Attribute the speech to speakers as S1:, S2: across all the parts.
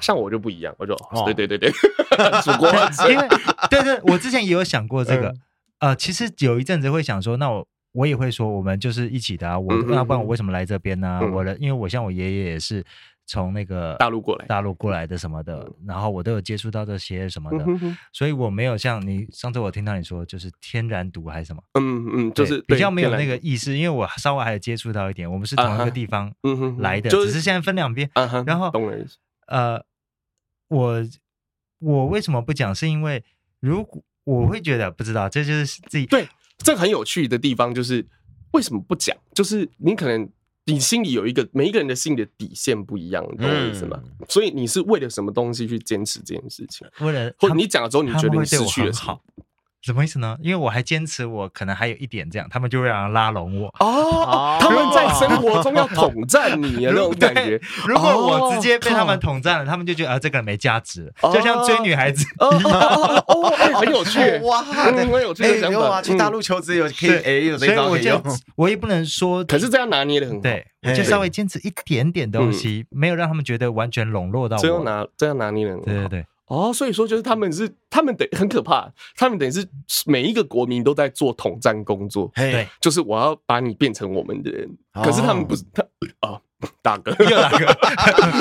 S1: 像我就不一样，我就、
S2: 哦
S1: 对对对对，祖国
S2: 因为对对，我之前也有想过这个。呃，其实有一阵子会想说，那我我也会说，我们就是一起的啊。我
S1: 嗯嗯
S2: 那不
S1: 嗯
S2: 然我为什么来这边呢？
S1: 嗯
S2: 我的，因为我像我爷爷也是从那个
S1: 大陆过来
S2: 大陆过来的什么的，然后我都有接触到这些什么的，
S1: 嗯哼
S2: 所以我没有像你上次我听到你说就是天然毒还是什么，
S1: 嗯嗯，就
S2: 对
S1: 是
S2: 比较没有那，
S1: 对
S2: 个意识，因为我稍微还有接触到一点，我们是同一
S1: 啊
S2: 个
S1: 哈
S2: 地方
S1: 嗯哼
S2: 来的，
S1: 就是
S2: 只是现在分两边。
S1: 啊哈，
S2: 然后
S1: 懂了意思，
S2: 呃，我我为什么不讲？是因为如果我会觉得不知道，这就是自己
S1: 对，这很有趣的地方就是为什么不讲？就是你可能你心里有一个每一个人的心里的底线不一样，你懂我意思吗？所以你是为了什么东西去坚持这件事情，
S2: 为了
S1: 或者
S2: 他
S1: 你讲了之后，你
S2: 他
S1: 觉
S2: 们
S1: 得
S2: 会
S1: 你
S2: 对
S1: 失
S2: 我
S1: 去了
S2: 很
S1: 什么
S2: 好？，什么意思呢？因为我还坚持我可能还有一点这样，他们就会让人拉拢我。
S1: 哦
S3: 哦，
S1: 他们在生活中要统战你的那种感觉，
S2: 如果我直接被他们
S1: 哦
S2: 统战了，他们就觉得啊，这个人没价值，
S1: 哦
S2: 就像追女孩 子。
S1: 哦哦哦哦，哎 很有趣耶，
S3: 哇
S1: 嗯很有趣的
S3: 哎，
S1: 想
S3: 没有啊，
S1: 法。
S3: 去大
S1: 嗯，
S3: 陆求职有可以，
S2: 对
S3: 哎，有
S2: 所
S3: 这
S2: 以
S3: 招
S2: 我
S3: 可以
S2: 就
S3: 用。
S2: 我也不能说，
S1: 可是这样拿捏的很好，嗯
S2: 对，我
S3: 嘿
S2: 就稍微坚持一点点东西，没有让他们觉得完全笼络到
S1: 这样
S2: 我。
S1: 拿这样拿捏的很好。
S2: 对对对，
S1: 哦，所以说就是他们是他们等很可怕，他们等于是每一个国民都在做统战工作，
S2: 对
S3: 嘿，
S1: 就是我要把你变成我们的人。
S3: 哦
S1: 可是他们不是他啊、大 哥，
S2: 又来个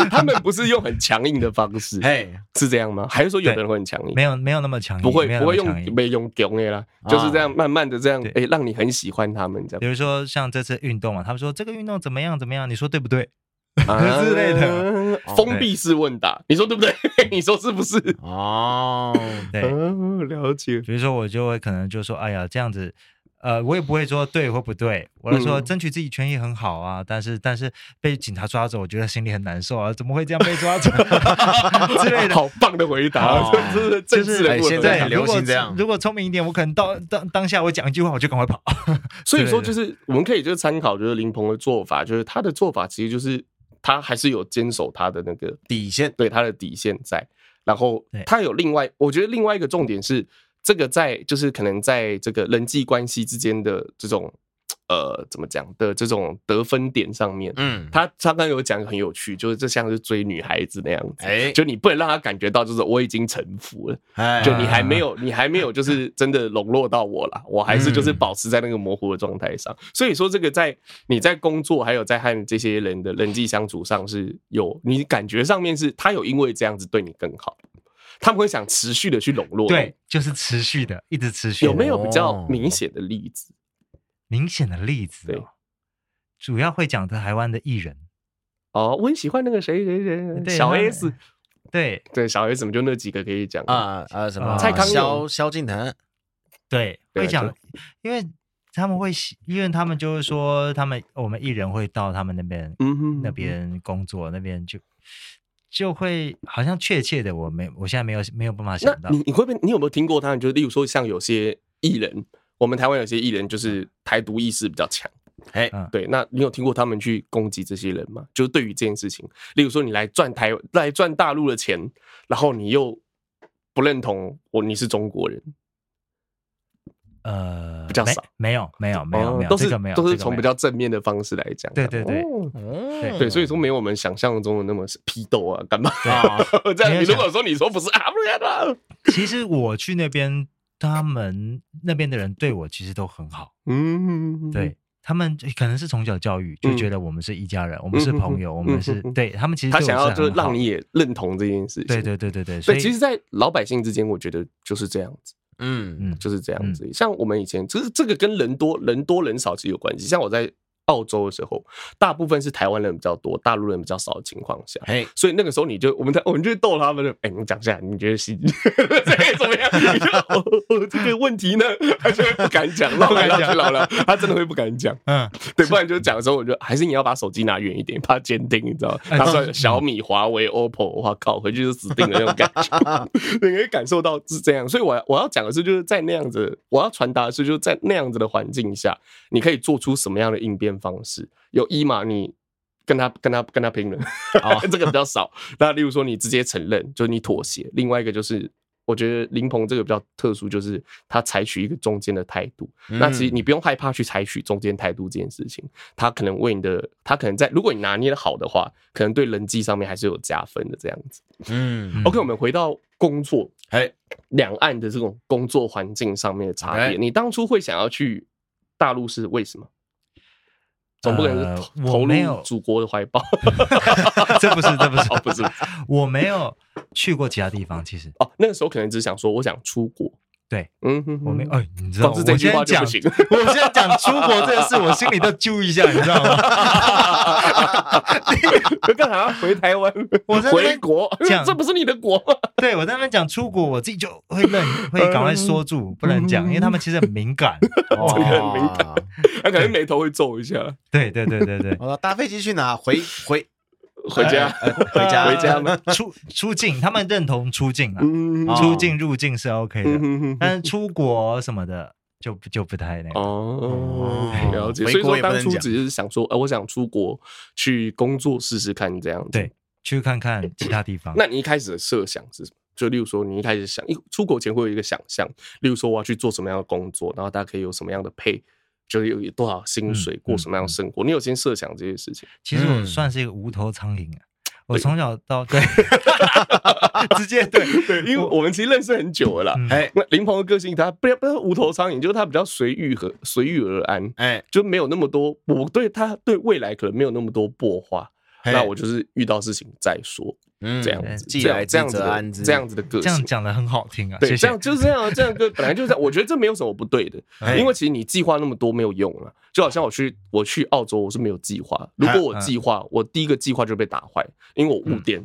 S1: 他们不是用很强硬的方式，
S3: 嘿，
S1: 是这样吗？还是说有的人会很强硬
S2: 没？有没有那么强硬，
S1: 不会
S2: 没有
S1: 不会
S2: 那么
S1: 用
S2: 强硬。哦
S1: 没用强的啦，
S3: 啊
S1: 就是这样慢慢的这样，
S2: 对
S1: 哎，让你很喜欢他们这
S2: 比
S1: 样
S2: 如说像这次运动嘛，他们说这个运动怎么样怎么样，你说对不对？
S1: 啊
S2: 之类的
S1: 封闭式问答，你说对不对？ 你说是不是？
S3: 哦，
S2: 对，
S1: 哦，了解。
S2: 比如说我就会可能就说，哎呀，这样子，呃，我也不会说对或不对，我就说
S1: 嗯
S2: 争取自己权益很好啊，但是但是被警察抓走，我觉得心里很难受啊，怎么会这样被抓走 之类的。
S1: 好棒的回答，
S3: 哦
S1: 这是政治人物的
S3: 就是哎现
S1: 回答
S3: 在很流行这样
S2: 如果如果聪明一点，我可能到当当下我讲一句话，我就赶快跑。
S1: 所以说，就是我们可以就是参考就是林鹏的做法，就是他的做法其实就是他还是有坚守他的那个
S3: 底线
S1: 对他的底线在，然后
S2: 对
S1: 他有另外，我觉得另外一个重点是这个在就是可能在这个人际关系之间的这种呃怎么讲的这种得分点上面，
S3: 嗯，
S1: 他刚刚有讲很有趣，就是这像是追女孩子那样子，
S3: 哎，
S1: 就你不能让他感觉到就是我已经臣服了。
S3: 哎
S1: 就你还没有，你还没有，就是真的笼络到我啦，我还是
S2: 嗯
S1: 就是保持在那个模糊的状态上。所以说，这个在你在工作，还有在和这些人的人际相处上是有，你感觉上面是他有因为这样子对你更好，他们会想持续的去笼络。
S2: 对，，就是持续的，一直持续的。
S1: 有没有比较
S3: 哦
S1: 明显的例子？
S2: 明显的例子、
S1: 对
S2: 哦？主要会讲的台湾的艺人，
S1: 哦，我很喜欢那个谁谁谁
S2: 对
S1: 小
S2: 他
S1: S，
S2: 对
S1: 对小 S 们就那几个可以讲啊，
S3: 啊啊什么
S2: 啊蔡康
S1: 永
S3: 萧萧敬腾，
S2: 对，
S1: 对
S2: 会
S1: 啊
S2: 讲
S1: 就，
S2: 因为他们会喜，因为他们就是说，他们我们艺人会到他们那边
S1: 嗯哼，
S2: 那边工作，那边就就会好像确切的，我没，我现在没有没有办法想
S1: 那
S2: 到
S1: 你你会不会你有没有听过他？就是例如说像有些艺人，我们台湾有些艺人就是台独意识比较强。
S3: 哎
S2: 嗯
S1: 对，那你有听过他们去攻击这些人吗？就是对于这件事情，例如说你来赚台来赚大陆的钱，然后你又不认同我你是中国人，
S2: 呃，
S1: 比较
S2: 没
S1: 少，
S2: 没有没有没有
S1: 哦
S2: 没有，
S1: 都是
S2: 这个没有，
S1: 都是
S2: 这个
S1: 从比
S2: 没有
S1: 较正面的方式来讲，
S2: 对对对嗯
S1: 哦
S3: 哦
S1: 对，所以说没有我们想象中的那么批斗啊，干嘛？
S3: 啊，
S1: 这样
S2: 没有
S1: 你如
S2: 想
S1: 果说你说不是啊，不然啊，
S2: 其实我去那边，他们那边的人对我其实都很好，
S1: 嗯，
S2: 对。他们可能是从小教育就
S1: 嗯
S2: 觉得我们是一家人，我们是朋友，
S1: 嗯
S2: 我们是
S1: 嗯嗯
S2: 对他们其实
S1: 他
S2: 对
S1: 想
S2: 我
S1: 要
S2: 是
S1: 就是
S2: 很好
S1: 让你也认同这件事情，
S2: 对对对对对，所
S1: 对，
S2: 以
S1: 其实，在老百姓之间，我觉得就是这样子，
S3: 嗯
S2: 嗯
S1: 就是这样子。像我们以前，就是这个跟人多人多人少其实有关系。像我在澳洲的时候，大部分是台湾人比较多，大陆人比较少的情况下。
S3: 嘿，
S1: 所以那个时候你就我们在我们就逗他们就，哎、你讲一下，你觉得 是这怎么样？ 你就、哦哦、这个问题呢， 他就会不敢讲，绕来绕去绕来，他真的会不敢讲。
S2: 嗯，
S1: 对，不然就讲的时候，我就还是你要把手机拿远一点，怕监听，你知道吗？
S2: 哎
S1: 拿出来
S2: 嗯
S1: 小米、华为、OPPO，我靠，回去就死定了那种感觉。你可以感受到是这样，所以我要我要讲的是，就是在那样子，我要传达的是，就是在那样子的环境下，你可以做出什么样的应变方式？有一嘛，你跟他跟他跟他拼了，
S3: 哦
S1: 这个比较少。那例如说，你直接承认，就是你妥协；另外一个就是。我觉得林鹏这个比较特殊，就是他采取一个中间的态度。
S2: 嗯
S1: 那其实你不用害怕去采取中间态度这件事情，他可能为你的，他可能在如果你拿捏的好的话，可能对人际上面还是有加分的这样子。
S3: 嗯，
S1: OK，我们回到工作，
S3: 哎，
S1: 两岸的这种工作环境上面的差别，
S3: 哎
S1: 你当初会想要去大陆是为什么？总不可能是
S2: 呃
S1: 投投
S2: 我没有
S1: 入祖国的怀抱，
S2: 这不是这不是
S1: 哦不 是
S2: 我没有去过其他地方，其实
S1: 哦，那个时候可能只是想说我想出国，
S2: 对，
S1: 嗯哼哼，
S2: 我没哎，你知道
S1: 光是这
S2: 我
S1: 句
S2: 现
S1: 话就
S2: 在讲
S1: 不，行，
S2: 我现在讲出国这个事，我心里都揪一下，你知 道吗？
S1: 我干啥回台湾？
S2: 我在那边
S1: 回国
S2: 这样，
S1: 这不是你的国吗？
S2: 对我在那边讲出国，我自己就会愣，会赶快缩住，不能讲，因为他们其实很敏感。哦
S1: 嗯
S3: 这
S1: 个很
S3: 哦
S1: 敏感他可能眉头会皱一下，
S2: 对对对对对，
S3: 我说哦搭飞机去哪？回回
S1: 回家。
S3: 呃回 家
S1: 回家吗
S2: 呃出出境，他们认同出境啊，
S1: 嗯
S3: 哦
S2: 出境入境是 OK
S1: 嗯
S2: 的，
S1: 哼哼
S2: 但是出国什么的就不就不太那个。
S1: 哦，
S3: 哦
S1: 了解。
S3: 回
S1: 所以
S3: 国
S1: 说
S3: 也不
S1: 当
S3: 能
S1: 初
S3: 讲
S1: 只是想说，呃，我想出国去工作试试看这样子。
S2: 对去看看其他地方，
S1: 那你一开始的设想是什么？就例如说，你一开始想，一出国前会有一个想象，例如说我要去做什么样的工作，然后大家可以有什么样的配，就是有多少薪水，
S2: 嗯
S1: 过什么样的生活。你有先设想这些事情？
S2: 其实我
S3: 嗯
S2: 算是一个无头苍蝇啊。我从小到对， 直接对，
S1: 对，因为我啊们其实认识很久了啦。
S2: 嗯
S3: 哎
S1: 那林鹏的个性，他不要不要无头苍蝇，就是他比较随遇和随遇而安，
S3: 哎，
S1: 就没有那么多。我对他对未来可能没有那么多破话，
S3: 嘿
S1: 那我就是遇到事情再说，
S3: 嗯
S1: 这样
S2: 嗯
S1: 子，
S3: 既
S1: 这样
S3: 来之
S1: 这样子
S3: 则
S1: 的
S3: 安之
S1: 这样子的个
S2: 这样
S1: 性。
S2: 讲的很好听啊，
S1: 对，这
S2: 谢谢
S1: 样。就是这样，这样个本来就是这样。我觉得这没有什么不对的，
S3: 哎
S1: 因为其实你计划那么多没有用了。就好像我去我去澳洲，我是没有计划。如果
S3: 嗯
S1: 我计划，我第一个计划就被打坏，因为我误点。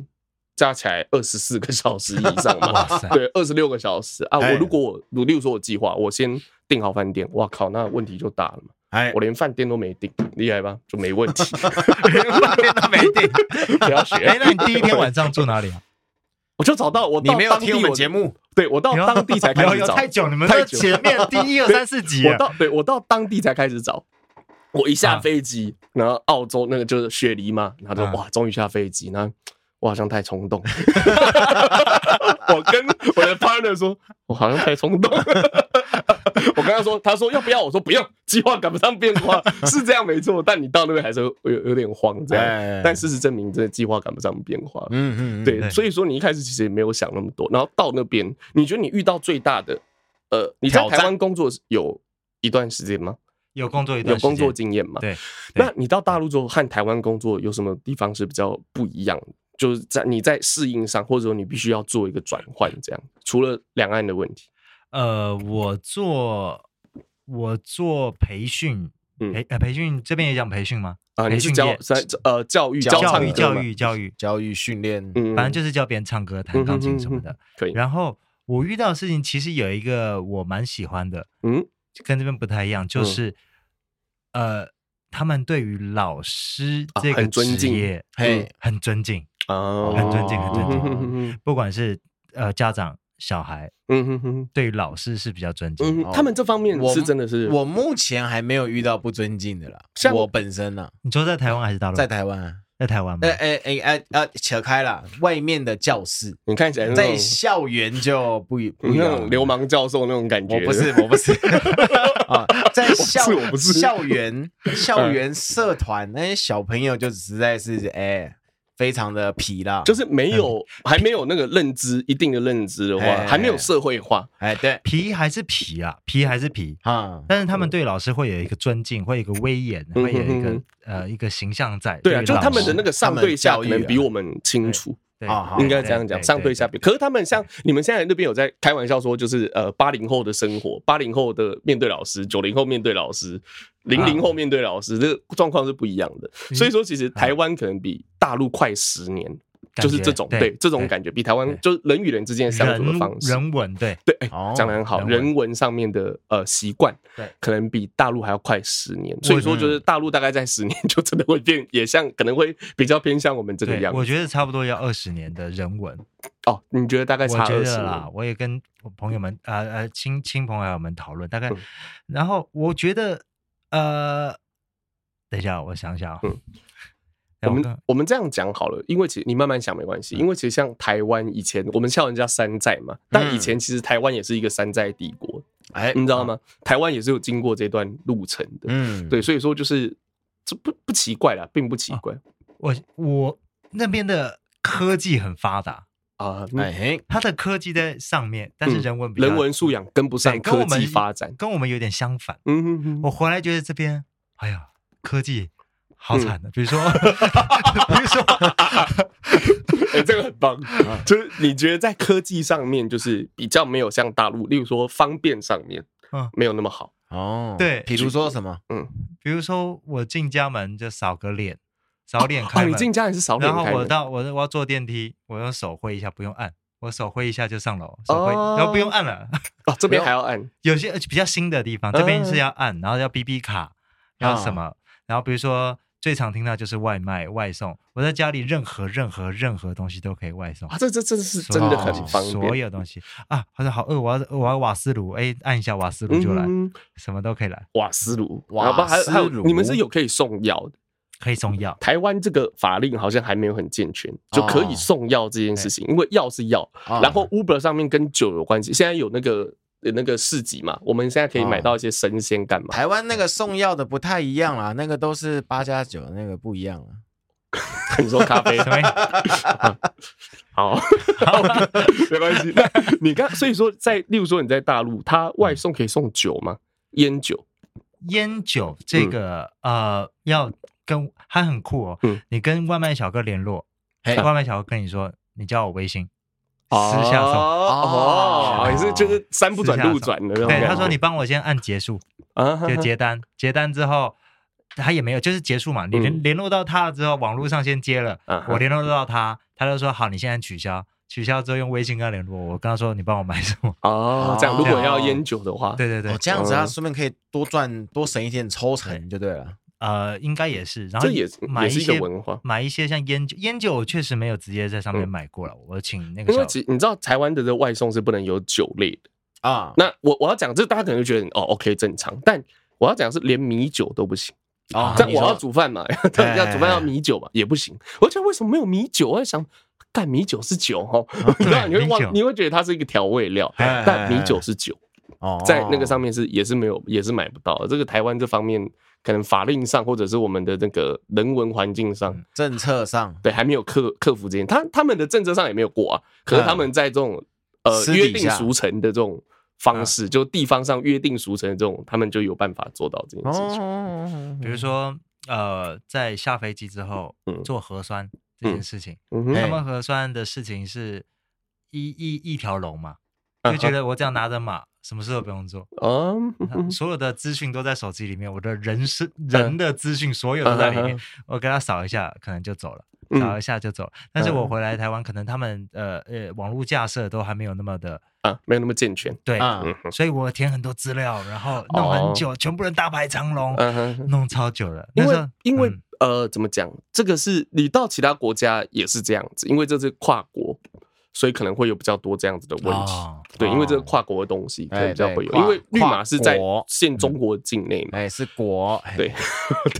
S1: 加起来二十四个小时以上嘛
S2: 哇塞，
S1: 对，二十六个小时啊！
S3: 哎
S1: 我如果我，如例如说我计划，我先订好饭店，哇靠，那问题就大了嘛！
S3: 哎
S1: 我连饭店都没订，厉害吧？就没问 题，
S2: 那边都没定。
S1: 不要学。
S2: 哎，那你第一天晚上住 哪里啊？
S1: 我就找到我到
S3: 你没有
S1: 当地
S3: 听我们节，目，
S1: 对我到
S2: 有
S1: 当 地才开
S2: 有
S1: 始
S2: 有
S1: 找，
S2: 太久，你们
S1: 太
S2: 在
S1: 久
S2: 前面第一二三四集
S1: 我
S2: 啊，
S1: 到对我到当地才开始找。我一下
S2: 啊
S1: 飞机，然后澳洲那个就是雪梨嘛，然后就、
S2: 啊
S1: 哇，终于下飞机，那我好像太冲 动。我跟我的 partner 说，我好像太冲动。我跟他说，他说要不要？我说不用，计划赶不上变化，是这样没错。但你到那边还是有有有点慌这样。
S3: 哎
S1: 但事实证明，真的计划赶不上变化。
S3: 嗯嗯嗯
S1: 对，
S2: 对
S1: 所以说你一开始其实也没有想那么多，然后到那边，你觉得你遇到最大的，呃，你在
S3: 挑战
S1: 台湾工作有一段时间吗？
S2: 有工作一段
S1: 有
S2: 时间
S1: 工作经验吗？
S2: 对，对
S1: 那你到大陆之后和台湾工作有什么地方是比较不一样的？就是在你在适应上，或者说你必须要做一个转换，这样。除了两岸的问题，
S2: 呃，我做我做培训，
S1: 嗯
S2: 培呃培训这边也讲培训吗？
S1: 啊，你
S2: 培
S1: 是
S2: 训
S1: 教
S2: 业
S1: 在呃教育
S3: 教
S1: 教
S2: 教
S1: 唱
S2: 育
S1: 歌
S2: 教
S1: 吗，
S2: 育教育，
S3: 教育训练，
S1: 嗯，
S2: 反正就是教别人唱歌、弹钢琴什么
S1: 嗯
S2: 的。
S1: 可以，
S2: 然后我遇到的事情，其实有一个我蛮喜欢的，
S1: 嗯
S2: 跟这边不太一样，就
S1: 嗯
S2: 是呃，他们对于老师
S1: 啊
S2: 这个
S1: 很尊
S2: 职
S1: 敬
S2: 业
S3: 嘿
S2: 很尊敬，
S3: 哦
S1: 啊，
S2: 很尊敬很尊敬
S1: 敬，
S2: 不管是呃家长、小孩，
S1: 嗯哼哼，
S2: 对于老师是比较尊敬的。
S1: 嗯哼，他们这方面
S3: 我
S1: 是真的是
S3: 我目前还没有遇到不尊敬的啦
S1: 像，
S3: 我本身呢，
S2: 你说在台湾还是大陆？
S3: 在台湾啊，
S2: 在台湾吗
S3: 哎？哎哎哎呃，扯开了，外面的教室，
S1: 你看起来是那
S3: 在
S1: 种
S3: 校园就不一不
S1: 你
S3: 一
S1: 那
S3: 样了
S1: 嗯种流。氓教授那种感觉，
S3: 我不是，我 不是啊，在
S1: 我
S3: 校
S1: 不是我不是
S3: 校园校园社团那些小朋友就实在是哎，非常的皮啦，
S1: 就是没有还没有那个认知一定的认知的话，
S3: 哎
S1: 还没有社会化，
S3: 哎 对
S2: 皮还是皮啊，皮还是皮。
S3: 啊，
S2: 但是他们对老师会有一个尊敬，会有一个威严，
S1: 嗯
S2: 会有一个
S1: 嗯嗯
S2: 呃一个形象在。
S1: 对啊，
S2: 于
S1: 就是他们
S2: 老
S1: 的
S2: 师
S1: 那个上对下可能比我们清楚，
S2: 对
S3: 啊
S1: 应该这样讲，上对下。比。可是他们像你们现在那边有在开玩笑说，就是呃八零后的生活，八零后的面对老师，九零后面对老师，零零后面对老师，这个状况是不一样的。
S2: 嗯
S1: 所以说，其实台湾可能比大陆快十年。
S2: 感
S1: 就是
S2: 觉
S1: 这种
S2: 对
S1: 对这种
S2: 对
S1: 感觉，比台湾
S2: 对
S1: 就是人与人之间
S2: 对
S1: 相
S2: 对
S1: 处
S2: 对
S1: 的方式，
S2: 人人文对，
S1: 对，哎、
S3: 哦
S1: 讲的很好，
S2: 人文
S1: 人文上面的呃习惯，
S2: 对，
S1: 可能比大陆还要快十年，所以说
S3: 嗯
S1: 就是大陆大概在十年就真的会变，也像可能会比较偏向我们这个
S2: 对
S1: 样
S2: 我
S1: 子。
S2: 觉得差不多要二十年的人文，
S1: 哦，你觉得大概
S2: 我
S1: 差
S2: 觉
S1: 二十
S2: 得啦
S1: 年？，
S2: 我也跟我朋友们呃呃亲亲朋好友们讨论，大概
S1: 嗯，
S2: 然后我觉得呃，等一下我想想啊嗯
S1: 嗯，我
S2: 然
S1: 们
S2: 后
S1: 我们这样讲好了，因为其实你慢慢想没关系，因为其实像台湾以前我们笑人家山寨
S2: 嗯
S1: 嘛，但以前其实台湾也是一个山寨帝国，
S3: 哎
S1: 你知道？吗？台湾也是有经过这段路程的，
S3: 嗯，
S1: 对，所以说就是这不不奇怪啦，并不奇
S2: 哦
S1: 怪
S2: 我我那边的科技很发达，
S1: 啊。
S3: 哎
S1: 嗯
S3: 嘿，
S2: 它的科技在上面，但是人文比较
S1: 人文素养跟不上
S2: 对跟
S1: 科
S2: 我们
S1: 技发展，
S2: 跟我们有点相反。
S1: 嗯哼哼
S2: 我回来觉得这边，哎呀，科技
S1: 嗯
S2: 好惨啊的，比如说， 比如说，
S1: 哎、这个很棒，
S2: 啊
S1: 就是你觉得在科技上面，就是比较没有像大陆，例如说方便上面，
S2: 嗯
S1: 没有那么好，
S3: 哦，
S2: 对
S3: 比如说什么？
S1: 嗯，
S2: 比如说我进家门就扫个脸，扫脸
S1: 哦，
S2: 开门，
S1: 你进家也是扫脸
S2: 然后
S1: 开
S2: 我
S1: 门，
S2: 到我我要坐电梯，我用手挥一下，不用按，我手挥一下就上楼，手挥，
S1: 哦
S2: 然后不用按了。
S1: 哦，这边还要按，
S2: 有些呃比较新的地方，这边
S1: 嗯
S2: 是要按，然后要 B B 卡，要什么，然后比如说最常听到就是外卖外送，我在家里任何任何任何东西都可以外送
S1: 啊，。这这这是
S2: 所
S1: 真
S2: 有
S1: 的
S2: 东
S1: 很
S2: 西
S1: 方
S2: 所
S1: 便。
S2: 有东西啊，好像好饿，我要我要瓦斯炉，哎，按一下瓦斯炉就来，
S1: 嗯，
S2: 什么都可以来，
S1: 瓦斯炉，
S3: 瓦
S1: 然后还有还有
S3: 斯炉，
S1: 你们是有可以送药的。
S2: 可以送药，
S1: 台湾这个法令好像还没有很健全，就可
S2: 哦
S1: 以送药这件
S2: 哎
S1: 事情，因为药是药，
S3: 哦
S1: 然后 Uber 上面跟酒有关系，现在有那个有那个市集嘛，我们现在可以
S2: 哦
S1: 买到一些生鲜干 嘛？
S3: 台湾那个送药的不太一样啦，那个都是八加九，那个不一样啊。
S1: 你说咖 啡
S2: 什么？
S1: 好，没关系。那 你刚所以说在，例如说你在大陆，它外送可以送酒吗？烟酒
S2: 烟酒这
S1: 嗯
S2: 个、呃，要跟还很酷哦，
S1: 嗯哎
S2: 你跟外卖小哥联络，
S3: 嘿
S2: 外卖小哥跟你说，你加我微信，私下送。
S1: 哦，
S3: 哦
S1: 也是就是山不转路转的那种感觉。
S2: 对，他说你帮我先按结 束，
S1: 啊，
S2: 就结单，结单之后他也没有，就是结束嘛。你
S1: 嗯
S2: 联联络到他了之后，网络上先接了
S1: 嗯，哼
S2: 我联络到他，他就说好，你现在取消，取消之后用微信跟他联络，我跟他说你帮我买什么。
S1: 哦，这样
S3: 哦
S1: 如果要烟酒的话，
S2: 对对对
S3: 哦，，这样子啊，
S1: 嗯
S3: 顺便可以多赚多省一点抽成就对了。
S2: 呃，应该也是，然后
S1: 这也是
S2: 买
S1: 也
S2: 一
S1: 是一个
S2: 些嗯
S1: 文化
S2: 买一些像烟酒，烟酒我确实没有直接在上面
S1: 嗯
S2: 买过了，我请那个
S1: 因
S2: 小
S1: 为其你知道台湾的这外送是不能有酒类的。
S3: 啊，
S1: 那我我要讲这，大家可能就觉得哦，OK 正常，但我要讲是连米酒都不行。
S3: 哦哎
S1: 但
S3: 你
S1: 我
S3: 说
S1: 要煮饭 嘛，要煮饭要米酒嘛，也不行。我就为什么没有米酒？我在想，干米酒是酒哈，
S3: 啊
S1: 你知道
S2: 对
S1: 你会
S2: 米酒
S1: 忘，你会觉得它是一个调味料，
S3: 哎哎
S1: 但米酒是酒，
S3: 哦
S1: 在那个上面是也是没有，也是买不到的。这个台湾这方面，可能法令上或者是我们的那个人文环境上，
S3: 政策上
S1: 对还没有克克服这件，他他们的政策上也没有过啊。可是他们在这种呃
S3: 嗯私
S1: 约
S3: 底
S1: 定
S3: 下嗯
S1: 俗成的这种方式，就地方上约定俗成的这种，他们就有办法做到这件事情。
S3: 哦
S2: 比如说呃，在下飞机之后
S1: 嗯
S2: 做核酸这件事情，
S1: 嗯哼
S3: 哎
S2: 他们核酸的事情是一一一条龙嘛，
S1: 嗯
S2: 就觉得我只要拿着码，什么事都不用做，
S1: 啊嗯哼
S2: 所有的资讯都在手机里面，我的人是人的资讯，所有都在里面
S1: 嗯，
S2: 我给他扫一下，可能就走了。
S1: 嗯
S2: 扫一下就走了，但是我
S1: 嗯
S2: 回来台湾，可能他们呃呃网络架设都还没有那么的
S1: 啊，没有那么健全。
S2: 对，
S3: 啊
S1: 嗯哦
S2: 所以我填很多资料，然后弄很久，全部人大排长
S3: 哦
S2: 龙，
S1: 嗯哼，
S2: 弄超久了。
S1: 因
S2: 那时
S1: 为
S2: 候
S1: 因为、
S2: 嗯
S1: 呃，怎么讲？这个是你到其他国家也是这样子，因为这是跨国，所以可能会有比较多这样子的问题。
S2: 哦
S1: 对，
S3: 哦
S1: 因为这个跨国的东西可能比较会有，
S3: 哎对
S1: 因为绿
S3: 跨
S1: 码是在
S3: 跨国嗯
S1: 限中国境内嘛。
S3: 哎是国哎嗯
S1: 对，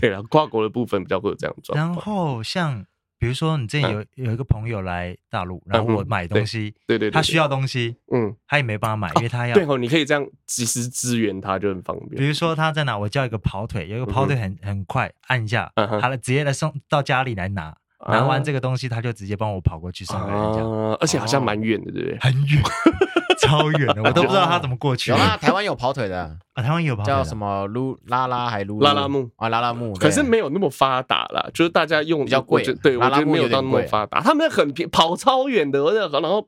S1: 对了，跨国的部分比较会有这样的状
S2: 然
S1: 况。
S2: 后像比如说，你之前有、有一个朋友来大陆，然后我买东西，
S1: 嗯对对对，
S2: 他需
S1: 要
S2: 要东西，
S1: 嗯，
S2: 他也没办 法买，因为他要。
S1: 对哦，你可以这样及时支援他，就很方
S2: 比
S1: 便。
S2: 如说他在哪，我叫一个跑腿，有一个跑腿很、很快，按一下，
S1: 嗯嗯哼
S2: 他直接来送到家里来拿，
S1: 啊
S2: 拿完这个东西他就直接帮我跑过去送给人家，
S1: 啊，而且好像
S3: 哦
S1: 蛮远的，对不对？
S2: 很远， 超远的，我都不知道他怎么过去
S3: 有
S2: 的。
S3: 啦，台湾有跑腿的，
S2: 啊，台湾 也有跑腿的
S3: 叫什么噜拉拉还噜
S1: 拉拉木
S3: 啊拉拉木，
S1: 可是
S3: 对
S1: 没有那么发达啦，就是大家用
S3: 比较贵啊
S1: 我觉得对我
S3: 拉
S1: 觉
S3: 拉
S1: 得没有
S3: 木有点
S1: 到那么
S3: 贵啊
S1: 发达。他们很便跑超远的，而且然后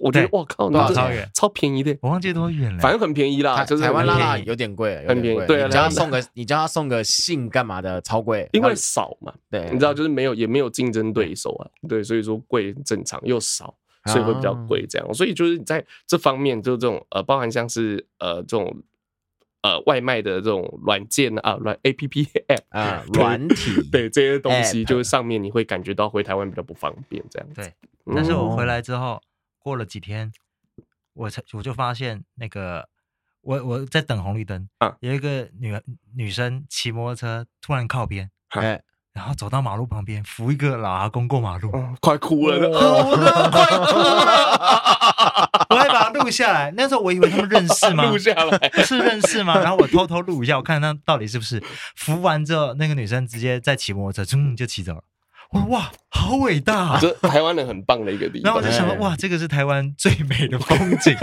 S1: 我觉得
S2: 对
S1: 哇靠，
S3: 多少
S1: 那
S3: 钱
S1: 这超便宜的，
S2: 我忘记多远了，
S1: 反正很便宜啦，
S3: 台
S1: 就是
S3: 台湾
S1: 很
S3: 拉
S1: 便
S3: 拉
S1: 宜
S3: 有点贵，
S1: 很
S3: 有点
S1: 便宜
S3: 贵。
S1: 对啊
S3: 你叫
S1: 拉拉
S3: 他送个，你叫他送个信干嘛的，超贵。
S1: 因为
S3: 他
S1: 少嘛，
S2: 哎
S3: 对，
S1: 你知道，就是没有也没有竞争对手啊，对，所以说贵正常又少。所以会比较
S2: 啊
S1: 贵，这样，所以就是在这方面，就这种呃，包含像是呃这种呃外卖的这种软件啊，软 A P P App
S3: 啊，
S1: 对
S3: 软体
S1: 对这些东西，
S3: App
S1: 就是上面你会感觉到回台湾比较不方便这样子。
S2: 对
S1: 嗯，
S2: 但是我回来之后，过了几天，我才我就发现那个我我在等红绿灯，
S1: 啊
S2: 有一个女女生骑摩托车突然靠边，
S3: 哎
S2: 然后走到马路旁边扶一个老阿公过马路，
S1: 嗯快哭了
S2: 哦
S1: 呢，
S3: 我真的快 哭了。
S2: 我还把它录下来。那时候我以为他们认识吗？
S1: 录下来。
S2: 是认识吗？然后我偷偷录一下，我看他到底是不是扶完之后，那个女生直接再骑摩托车，嗯，就骑走了。我说哇，好伟大、啊！
S1: 这台湾人很棒的一个地
S2: 然
S1: 方
S2: 后我就。想到，
S3: 哎
S2: 哇，这个是台湾最美的风 景，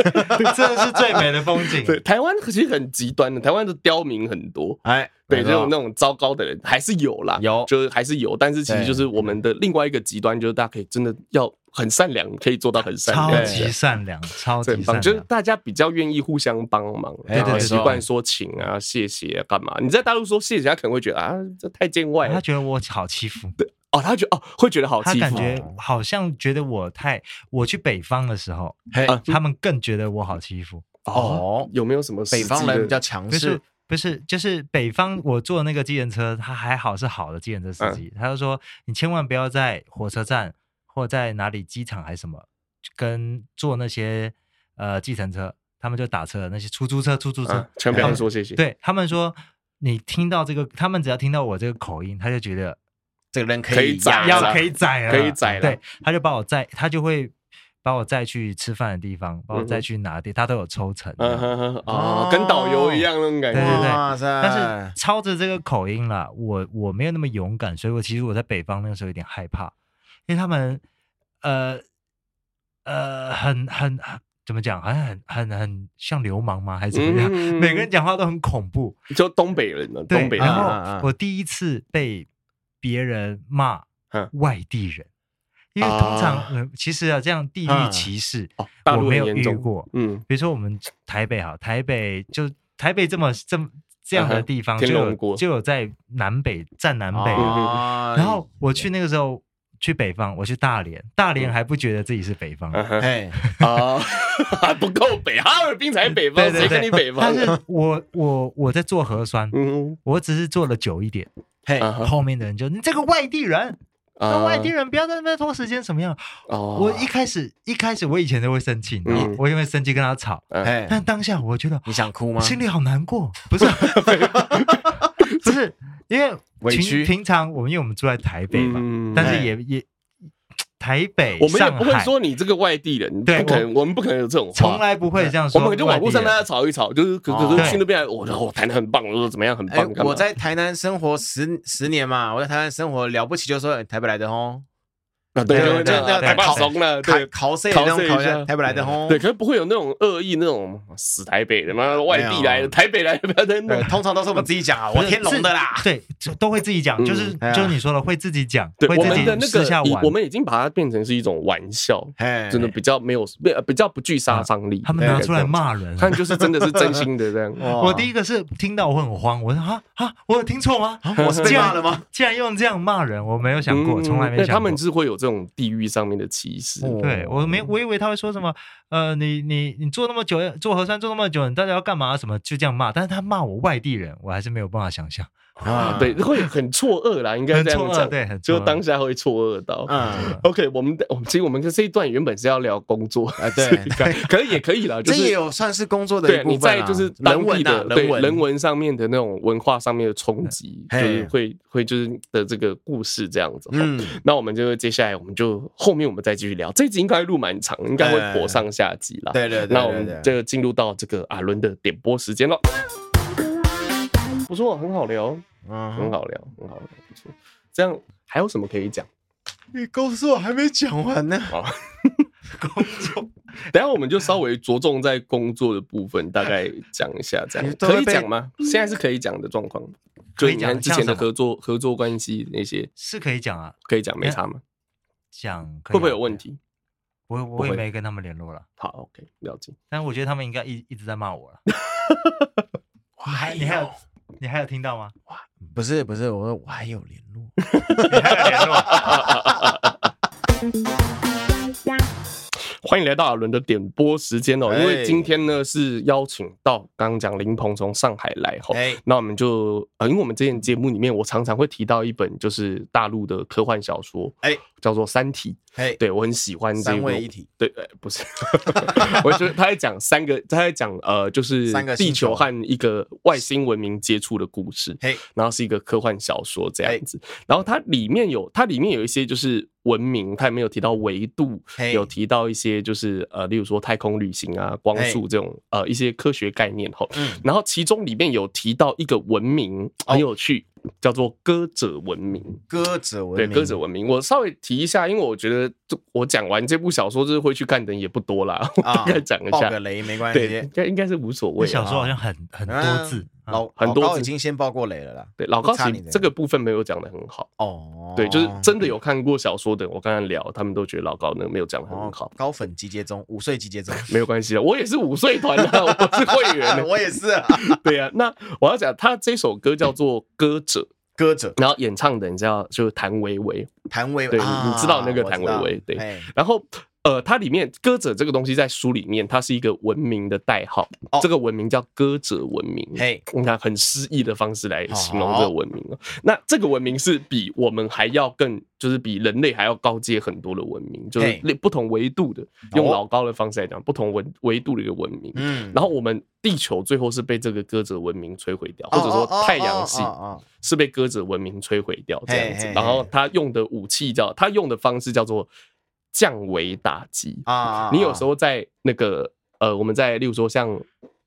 S2: 真的是最美的风景。
S1: 对，台湾其实很极端的，台湾的刁民很多，
S3: 哎，
S1: 对，这
S3: 没错
S1: 种那种糟糕的人还是有啦，
S3: 有
S1: 就是还是有，但是其实
S3: 对
S1: 就是我们的另外一个极端，就是大家可以真的要很善良，可以做到很善
S2: 超
S1: 良，
S2: 级善良，超
S1: 这很
S2: 级善
S1: 棒，就是
S2: 良。
S1: 大家比较愿意互相帮忙，
S3: 哎
S1: 然后
S2: 对对对
S1: 习惯说请啊、谢谢啊、干嘛。你在大陆说谢谢，他可能会觉得啊，这太见外
S2: 哎他
S1: 了，
S2: 觉得我好欺负，
S1: 哦，他觉得哦，会觉得好
S2: 他
S1: 欺
S2: 感
S1: 负，
S2: 觉好像觉得我太……我去北方的时候，
S3: 嘿
S1: 啊
S2: 他们更觉得我好欺负。
S3: 哦，
S1: 有没有什么实啊
S3: 北
S1: 际
S3: 方人
S1: 的
S3: 比较强
S2: 不是
S3: 势，
S2: 不是，就是北方我坐那个计程车，他还好是好的计程车
S1: 嗯
S2: 司机，他就说你千万不要在火车站或在哪里机场还是什么，跟坐那些呃计程车，他们就打车那些出租车、出租车，
S1: 啊，全不
S2: 他
S1: 要
S2: 们
S1: 说谢谢，
S2: 对他们说你听到这个，他们只要听到我这个口音，他就觉得
S3: 这个人
S1: 可
S3: 可
S1: 以
S3: 以
S1: 宰
S3: 压
S1: 了
S2: 要可以宰了，
S1: 可以宰了
S2: 对，他就把我载，他就会把我载去吃饭的地方，把我载去哪地，他都有抽成。
S1: 嗯哼哼，哦，跟导游一样那种感
S2: 对对
S1: 觉
S2: 对，
S3: 哇塞！
S2: 但
S3: 哎
S2: 是操着这个口音啦，我我没有那么勇敢，所以我其实我在北方那个时候有点害怕，因为他们呃呃很很很怎么讲，好像很很很像流氓吗？还是怎么样？
S1: 嗯
S2: 每个人讲话都很恐怖。
S1: 就东北人了，
S2: 对
S1: 东，北人
S2: 然
S3: 啊
S1: 啊，
S3: 啊啊
S2: 后我第一次被别人骂
S1: 嗯
S2: 外地人，因为通常、
S1: 啊
S2: 呃其实啊这样地域
S3: 嗯
S2: 歧视，
S1: 哦大
S2: 我
S1: 陆
S2: 没
S1: 很严
S2: 有遇
S1: 重，
S2: 过。
S1: 嗯，
S2: 比如说我们台北好，台北就台北这么这么这样
S1: 嗯
S2: 的
S1: 哼
S2: 地方，
S1: 天
S2: 就
S1: 龙
S2: 有
S1: 国
S2: 就有在南北占南北
S1: 嗯
S2: 了。
S3: 哦
S2: 然后我去那个时候去北方，我去大连，大
S1: 嗯
S2: 连还不觉得自己是北方，
S1: 啊哈
S3: 嘿，
S1: 啊，还不够北，哈尔滨才北方，
S2: 对
S1: 谁
S2: 对
S1: 跟你
S2: 对，
S1: 北方
S2: 但？是我我我在做核酸，
S1: 嗯，
S2: 我只是做了久一点，
S3: 嘿，
S1: 啊哈
S2: 后面的人就你这个外地人，那
S1: 啊
S2: 外地人不要在那边拖时间，什么样？
S1: 哦，
S2: 我一开始一开始我以前都会生气，你知道吗
S1: 嗯
S2: 我因为生气跟他吵，
S1: 哎，
S3: 嘿，
S2: 但当下我觉得
S3: 你想哭吗？
S2: 心里好难过，不是，不是，因为
S3: 委
S2: 平
S3: 屈
S2: 平常我们因为我们住在台北嘛，
S1: 嗯
S2: 但是也也台北，
S1: 我们也
S2: 上
S1: 不会
S2: 海
S1: 说你这个外地人，
S2: 对
S1: 不可能，我们不可能有这种
S2: 从
S1: 话。哎
S2: 来不会这样
S1: 我
S2: 说。
S1: 们可能就网络上大家吵一吵，就是可可
S3: 哦
S1: 是去那边来，我我弹的很棒，我怎么样很
S3: 哎
S1: 棒，，干嘛
S3: 我在台南生活十十年嘛，我在台南生活了不起，就说哎台北来的哦，
S1: 啊对
S2: 对
S1: 对
S2: 对
S1: 对，
S2: 对
S1: 太放
S2: 考
S1: 松了，
S3: 考
S1: 对
S3: 考试那种
S1: 考
S3: 考
S1: 试一下
S3: 台北来的哦
S1: 对，，可是不会有那种恶意那种死台北的，妈的外地来的，
S3: 没有
S1: 台北来的不要再弄
S3: 对，。呃通常都是我们自己讲啊，
S2: 不
S3: 我
S2: 是
S3: 天龙的啦
S2: 是，对，就都会自己讲，
S1: 嗯
S2: 就是
S3: 哎呀
S2: 就是你说的会自己讲，
S1: 对
S2: 会
S1: 我
S2: 自
S1: 们的
S2: 己
S1: 那
S2: 私
S1: 个
S2: 下
S1: 以，
S2: 玩
S1: 我。们已经把它变成是一种玩笑，
S3: 嘿，
S1: 真的比较没有比比较不具杀伤力。
S2: 哎啊他们拿出来骂人啊
S1: 对，，他们就是真的是真心的这样。
S3: 哇，
S2: 我第一个是听到我很慌，我说啊啊，我有听错吗？
S3: 啊 我是被骂了吗？
S2: 竟然用这样骂人，我没有想过，
S1: 嗯
S2: 从来没
S1: 对
S2: 想
S1: 他
S2: 过。
S1: 们是会有这种地域上面的歧视。
S3: 哦
S2: 对我没，我以为他会说什么，呃，你你你做那么久，做核酸做那么久，你到底要干嘛？什么就这样骂，但是他骂我外地人，我还是没有办法想象，
S3: 啊
S1: 对，，会很错愕啦，应该
S2: 很
S1: 这
S2: 错
S1: 样讲
S2: 愕，，对，很啊
S1: 就
S2: 错愕
S1: 当下会错愕到。
S3: 嗯，
S1: OK，我们我们其实我们这一段原本是要聊工作，
S3: 啊， 对，
S1: 可是也可以 啦，就
S3: 这也
S1: 是。
S3: 有算是工作的
S1: 对
S3: 一，
S1: 你
S3: 部分
S1: 在
S3: 啊，
S1: 就是当
S3: 人
S1: 地
S3: 文
S1: 的
S3: 啊，
S1: 对
S3: 文，
S1: 人文上面的那种文化上面的冲
S2: 嗯
S1: 击，就
S3: 嘿
S1: 是会会就是的这个故事这样子。嗯，
S3: 嗯，
S1: 那我们就接下来我们就后面我们再继续聊，这一集应该录蛮长，应该会
S3: 哎
S1: 播上下集啦。
S3: 对对对，
S1: 那我
S3: 对
S1: 们
S3: 对
S1: 就进入到这个阿伦的点播时间了。不错，很好聊，
S3: 嗯
S1: 很
S3: 哼，
S1: 好聊，很好聊，不错。这样还有什么可以讲？
S3: 你告诉我还没讲完呢，
S2: 工作，
S1: 等一下我们就稍微着重在工作的部分，大概讲一下，这
S3: 你
S2: 哎
S1: 样
S3: 都会
S1: 可以
S3: 被
S1: 讲吗？现在是可以讲的状况，就
S2: 可以
S1: 你
S2: 讲
S1: 看之前的
S2: 像什么
S1: 合作合作关系那些
S2: 是可以讲啊，
S1: 可以讲，没差吗？
S2: 讲可以啊
S1: 会不会有问？题？
S2: 我
S1: 不
S2: 我
S1: 会
S2: 也没跟他们联络了，
S1: 好，OK，了解。
S2: 但我觉得他们应该一一直在骂我了。
S3: 我
S1: 哎
S3: 还
S2: 你还有你还有听到吗？
S3: 哎 不是不是，我说我还有联络，
S2: 你还有联络？
S1: 欢迎来到阿伦的点播时间哦，因为
S3: 哎
S1: 今天呢是邀请到刚刚讲林鹏从上海来吼，
S3: 哎，
S1: 那我们就呃，因为我们之前节目里面，我常常会提到一本就是大陆的科幻小说，
S3: 哎
S1: 叫做《三体》，
S3: 嘿，
S1: 对我很喜欢这
S3: 三
S1: 部
S3: 位一体，
S1: 对，呃不是， 我觉得他在讲三个，他在讲呃，就是
S3: 三个星
S1: 地球
S3: 球
S1: 和一个外星文明接触的故事，
S3: 嘿，
S1: 然后是一个科幻小说这
S3: 哎
S1: 样子。然后它里面有，它里面有一些就是文明，它也没有提到维度，
S3: 嘿
S1: 有提到一些就是呃，例如说太空旅行啊、光
S3: 哎
S1: 速这种呃一些科学概念吼。
S3: 嗯，
S1: 然后其中里面有提到一个文明
S3: 哦
S1: 很有趣，叫做歌者文明。
S3: 歌者文
S1: 对
S3: 明，
S1: 歌者文明，我稍微提一下，因为我觉得这我讲完这部小说，就是会去看的人也不多啦，我
S3: 啊
S1: 大概 讲一
S3: 爆
S1: 下
S3: 个。雷没关
S1: 对，
S3: 系
S1: 应，该应该是无所
S2: 那
S1: 谓
S2: 小
S1: 啊。
S2: 说好像很很多字，嗯
S3: 老
S1: 很
S3: 老
S1: 多
S3: 高
S1: 字
S3: 已经先爆过雷了啦。
S1: 对，老高
S3: 不差你
S1: 其
S3: 的
S1: 这个部分没有讲的很好。
S3: 哦，
S1: 对，就是真的有看过小说的人，我刚刚聊，他们都觉得老高那个没有讲的
S3: 哦
S1: 很好，，
S3: 高粉集结中，五岁 集结中，
S1: 没有关系啊，我也是五岁团啊，我是会
S3: 。
S1: 员的
S3: 我也是啊，
S1: 对啊，那我要讲他这首歌叫做《歌者》，
S3: 歌者
S1: 然后演唱的人叫就是谭维维，
S3: 谭维维，
S1: 对
S3: 啊
S1: 你知道那个谭维维
S3: 我知道
S1: 对
S3: 嘿
S1: 然后呃，它里面歌者这个东西在书里面，它是一个文明的代号，
S3: 哦
S1: 这个文明叫歌者文明。
S3: 嘿，哦
S1: 你看，很诗意的方式来形容这个文明了。那这个文明是比我们还要更，就是比人类还要高阶很多的文明，就是
S3: 嘿
S1: 类不同维度的。用
S3: 哦
S1: 老高的方式来讲，不同维维度的一个文明。
S3: 嗯，
S1: 然后我们地球最后是被这个歌者文明摧毁掉，或
S3: 哦
S1: 者说
S3: 哦哦
S1: 太阳系
S3: 哦哦
S1: 是被歌者文明摧毁掉这样子
S3: 嘿嘿。嘿
S1: 然后他用的武器叫他用的方式叫做降维打击。
S3: 哦啊，
S1: 你有时
S3: 候
S1: 候在那个呃，我们在例如说像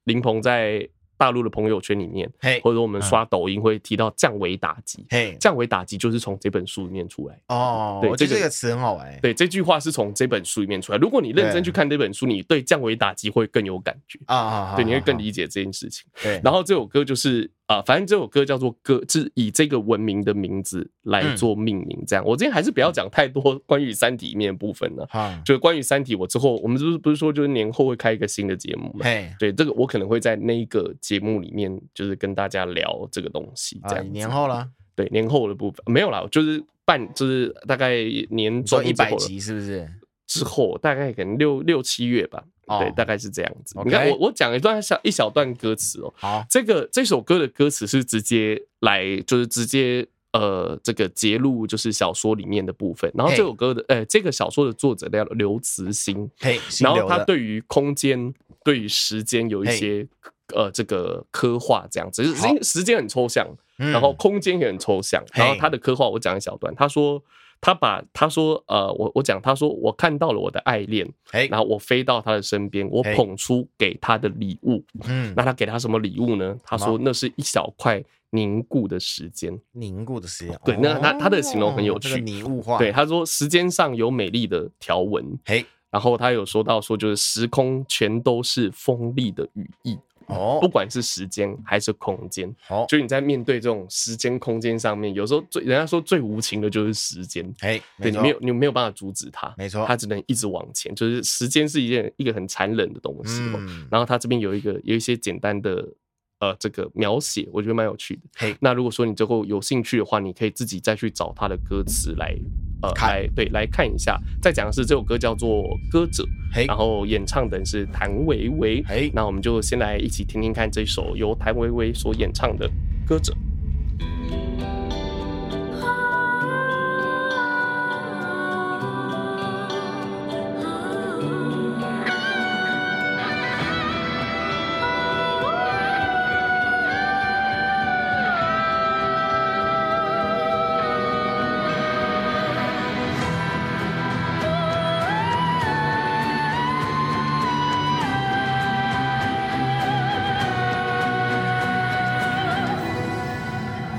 S1: 林鹏在大陆的朋友圈里面，
S3: 嘿嗯
S1: 或者我们刷抖音会提到降维打击。
S3: 嘿
S1: 降维打击就是从这本书里面出来。
S3: 哦，
S1: 对
S3: 我觉
S1: 这个
S3: 得这个词很好玩，
S1: 对，这句话是从这本书里面出来。如果你认真去看这本书，你对降维打击会更有感觉，
S3: 啊啊，
S1: 对，你会更
S3: 理
S1: 理解这件事情。
S3: 对，
S1: 然后这首歌就是啊、呃反正这首歌叫做歌，是以这个文明的名字
S3: 嗯
S1: 来做命名。这样，我今天还是不要讲太多 关于《三体》里面的部分了。
S3: 哈，
S1: 就是关于《三体》，我之后我们是不是不是说就是年后会开一个新的节目嘛？
S3: 嘿，
S1: 对，这个我可能会在那一个节目里面，就是跟大家聊这个东西。这
S3: 啊，
S1: 样子、
S3: 年后了，
S1: 对年后的部分没有啦，就是半就是大概年中
S3: 做一
S1: 之后
S3: 百
S1: 了
S3: 集是不是？
S1: 之后，大概可能六六七月吧。
S3: 哦
S1: 对，大概是这样子。
S3: OK
S1: 你看我我讲一段小一小段歌词哦、
S3: 好，
S1: 这个这首歌的歌词是直接来，就是直接呃，这个揭露就是小说里面的部分。然后
S3: 嘿
S1: 这首歌的呃，这个小说的作者叫刘慈欣，
S3: 嘿，
S1: 然后
S3: 姓刘
S1: 他
S3: 的
S1: 对于空间、对于时间有一
S3: 嘿
S1: 些呃这个刻画，这样子。只是
S3: 好
S1: 因为时间很抽象，
S3: 嗯
S1: 然后空间也很抽象。
S3: 嘿
S1: 然后他的刻画，我讲一小段，他说。他把他说，呃，我我讲，他说我看到了我的爱恋，
S3: 嘿，
S1: 然后我飞到他的身边，我
S3: 嘿
S1: 捧出给他的礼物，
S3: 嗯，
S1: 那他给他什么礼物呢？他
S3: 什
S1: 说那是一小块凝固的时间。
S3: 凝固的时间，
S1: 对那他他的形容很有
S3: 哦这个
S1: 趣
S3: 拟物化，
S1: 对，，他说时间上有美丽的条纹，
S3: 嘿，
S1: 然后他有说到说就是时空全都是锋利的羽翼，
S3: 哦
S1: 嗯不，管是时间还是空间。
S3: 好，
S1: 就你在面对这种时间空间上面，有时候最人家说最无情的就是时间。
S3: 嘿，
S1: 对你
S3: 错
S1: 没有，你没有办法阻止它，
S3: 没错
S1: 它只能一直往前。就是时间是一件一个很残忍的东西哦。
S3: 嗯，
S1: 然后它这边有一个有一些简单的呃这个描写，我觉得蛮有趣的。
S3: 嘿，
S1: 那如果说你最后有兴趣的话，你可以自己再去找他的歌词来，呃，
S3: 看
S1: 来对来看一下。再讲的是这首歌叫做《歌者》，
S3: 嘿
S1: 然，后演唱的是谭维维。
S3: 嘿
S1: 那我们就先来一起听听看这首由谭维维所演唱的《歌者》。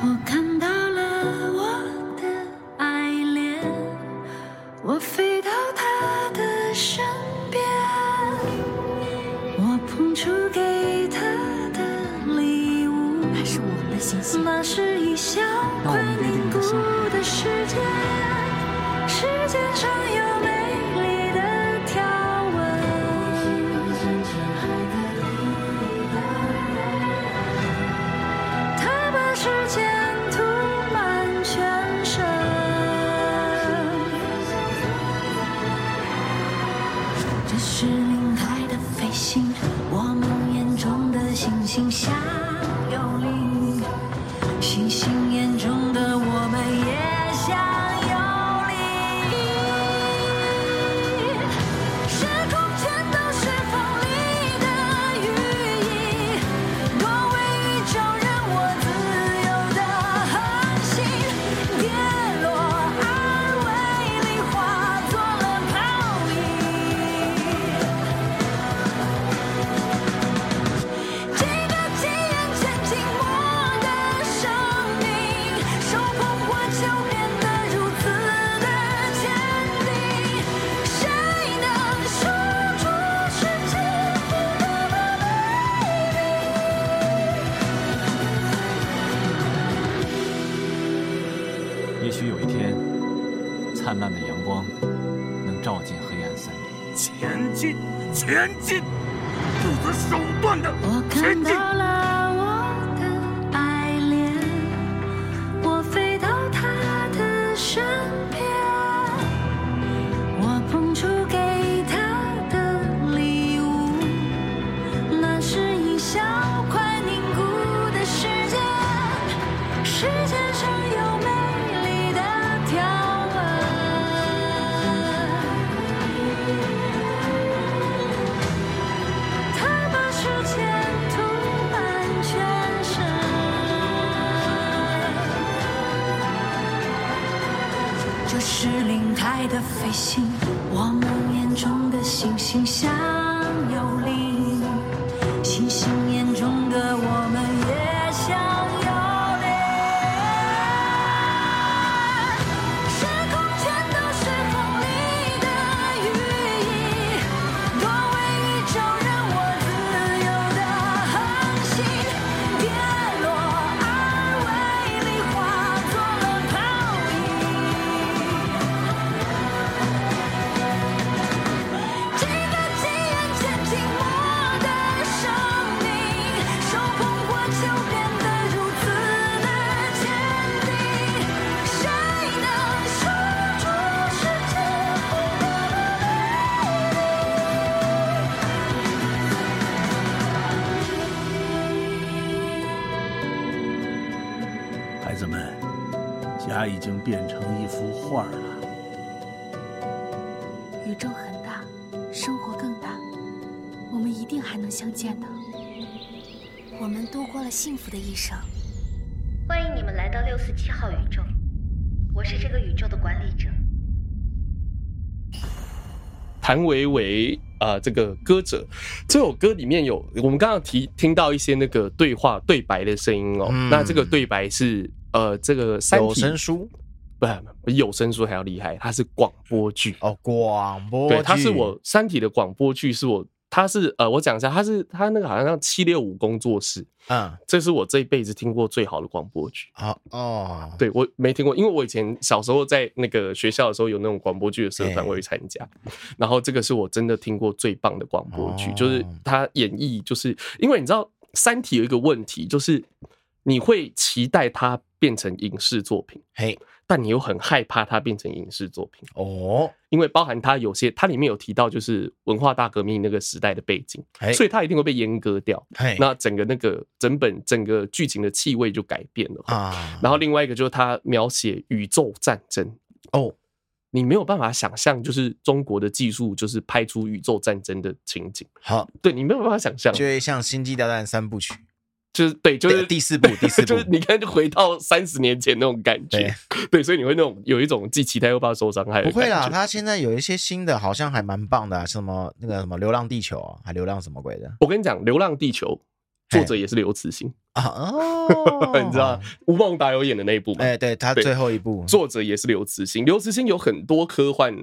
S4: 我看到了我的爱恋，我飞到他的身边，我捧出给他的礼物，那是我的星星，那是一小块凝固的时间。世界上有美丽的条纹。他把时间涂满全身。这是灵海的飞行，我们眼中的星星像幽灵，星星眼中的我们也像幽灵。
S5: 也许有一天，灿烂的阳光能照进黑暗森林。
S6: 前进，前进，不择手段的
S4: 我看
S6: 前
S4: 到
S6: 进。
S4: 了我的爱恋，我飞到他的身边，我捧出给他的礼物，那是一小块凝固的时间。世界上有美丽的条纹。他把书签涂满全身，这是灵台的飞行，我梦魇中的星星像有灵，星星眼中的我们也像有灵。时空全都是锋利的羽翼，多为一种让我自由的航行。跌落而为力，化作了泡影。这个极眼见寂寞的生命，手捧过就变得如此的坚定。谁能守住世界不变的美丽？
S7: 孩子们，家已经变成一幅画了。
S8: 宇宙很大，生活更大，我们一定还能相见的。我们度过了幸福的一生。
S9: 欢迎你们来到六四七号宇宙，我是这个宇宙的管理者。
S1: 谭维维啊、呃这个歌者，这首歌里面有我们刚刚提听到一些那个对话对白的声音哦。
S3: 嗯
S1: 那这个对白是呃，这个三
S3: 有
S1: 体
S3: 声书
S1: 不比有声书还要厉害，它是广播剧。
S3: 哦，广播
S1: 对，它是
S3: 剧
S1: 我三体的广播剧，是我它是呃，我讲一下，它是它那个好像叫七六五工作室，
S3: 嗯
S1: 这是我这一辈子听过最好的广播剧。
S3: 好哦，
S1: 对我没听过，因为我以前小时候在那个学校的时候有那种广播剧的社团，
S3: 哎
S1: 我去参加。然后这个是我真的听过最棒的广播剧，
S3: 哦
S1: 就是它演绎，就是因为你知道《三体》有一个问题，就是你会期待它变成影视作品，
S3: 嘿
S1: 但你又很害怕它变成影视作品，
S3: 哦，
S1: 因为包含它有些它里面有提到就是文化大革命那个时代的背景，
S3: 嘿
S1: 所以它一定会被阉割掉。
S3: 嘿
S1: 那整个那个整本整个剧情的气味就改变了。
S3: 啊
S1: 然后另外一个就是他描写宇宙战争，
S3: 哦
S1: 你没有办法想象，就是中国的技术就是拍出宇宙战争的情景，
S3: 好，
S1: 对你没有办法想象，
S3: 就会像《星际大战》三部曲，
S1: 就是对，嗯就是
S3: 对第四部第四部
S1: 就是你看就回到三十年前那种感觉，对，所以你会那种有一种既期待又怕受伤害的
S3: 不会啦，
S1: 感觉。
S3: 他现在有一些新的，好像还蛮棒的、啊，什么那个什么《流浪地球》啊，还《流浪什么鬼的》
S1: 我跟你讲，《流浪地球》
S3: 嘿
S1: 作者也是刘慈欣，
S3: 啊？
S1: ，
S3: 哦
S1: 你知道吴孟达有演的那一部吗？
S3: 哎，对他
S1: 对
S3: 最后一部
S1: 作者也是刘慈欣，刘慈欣有很多科幻。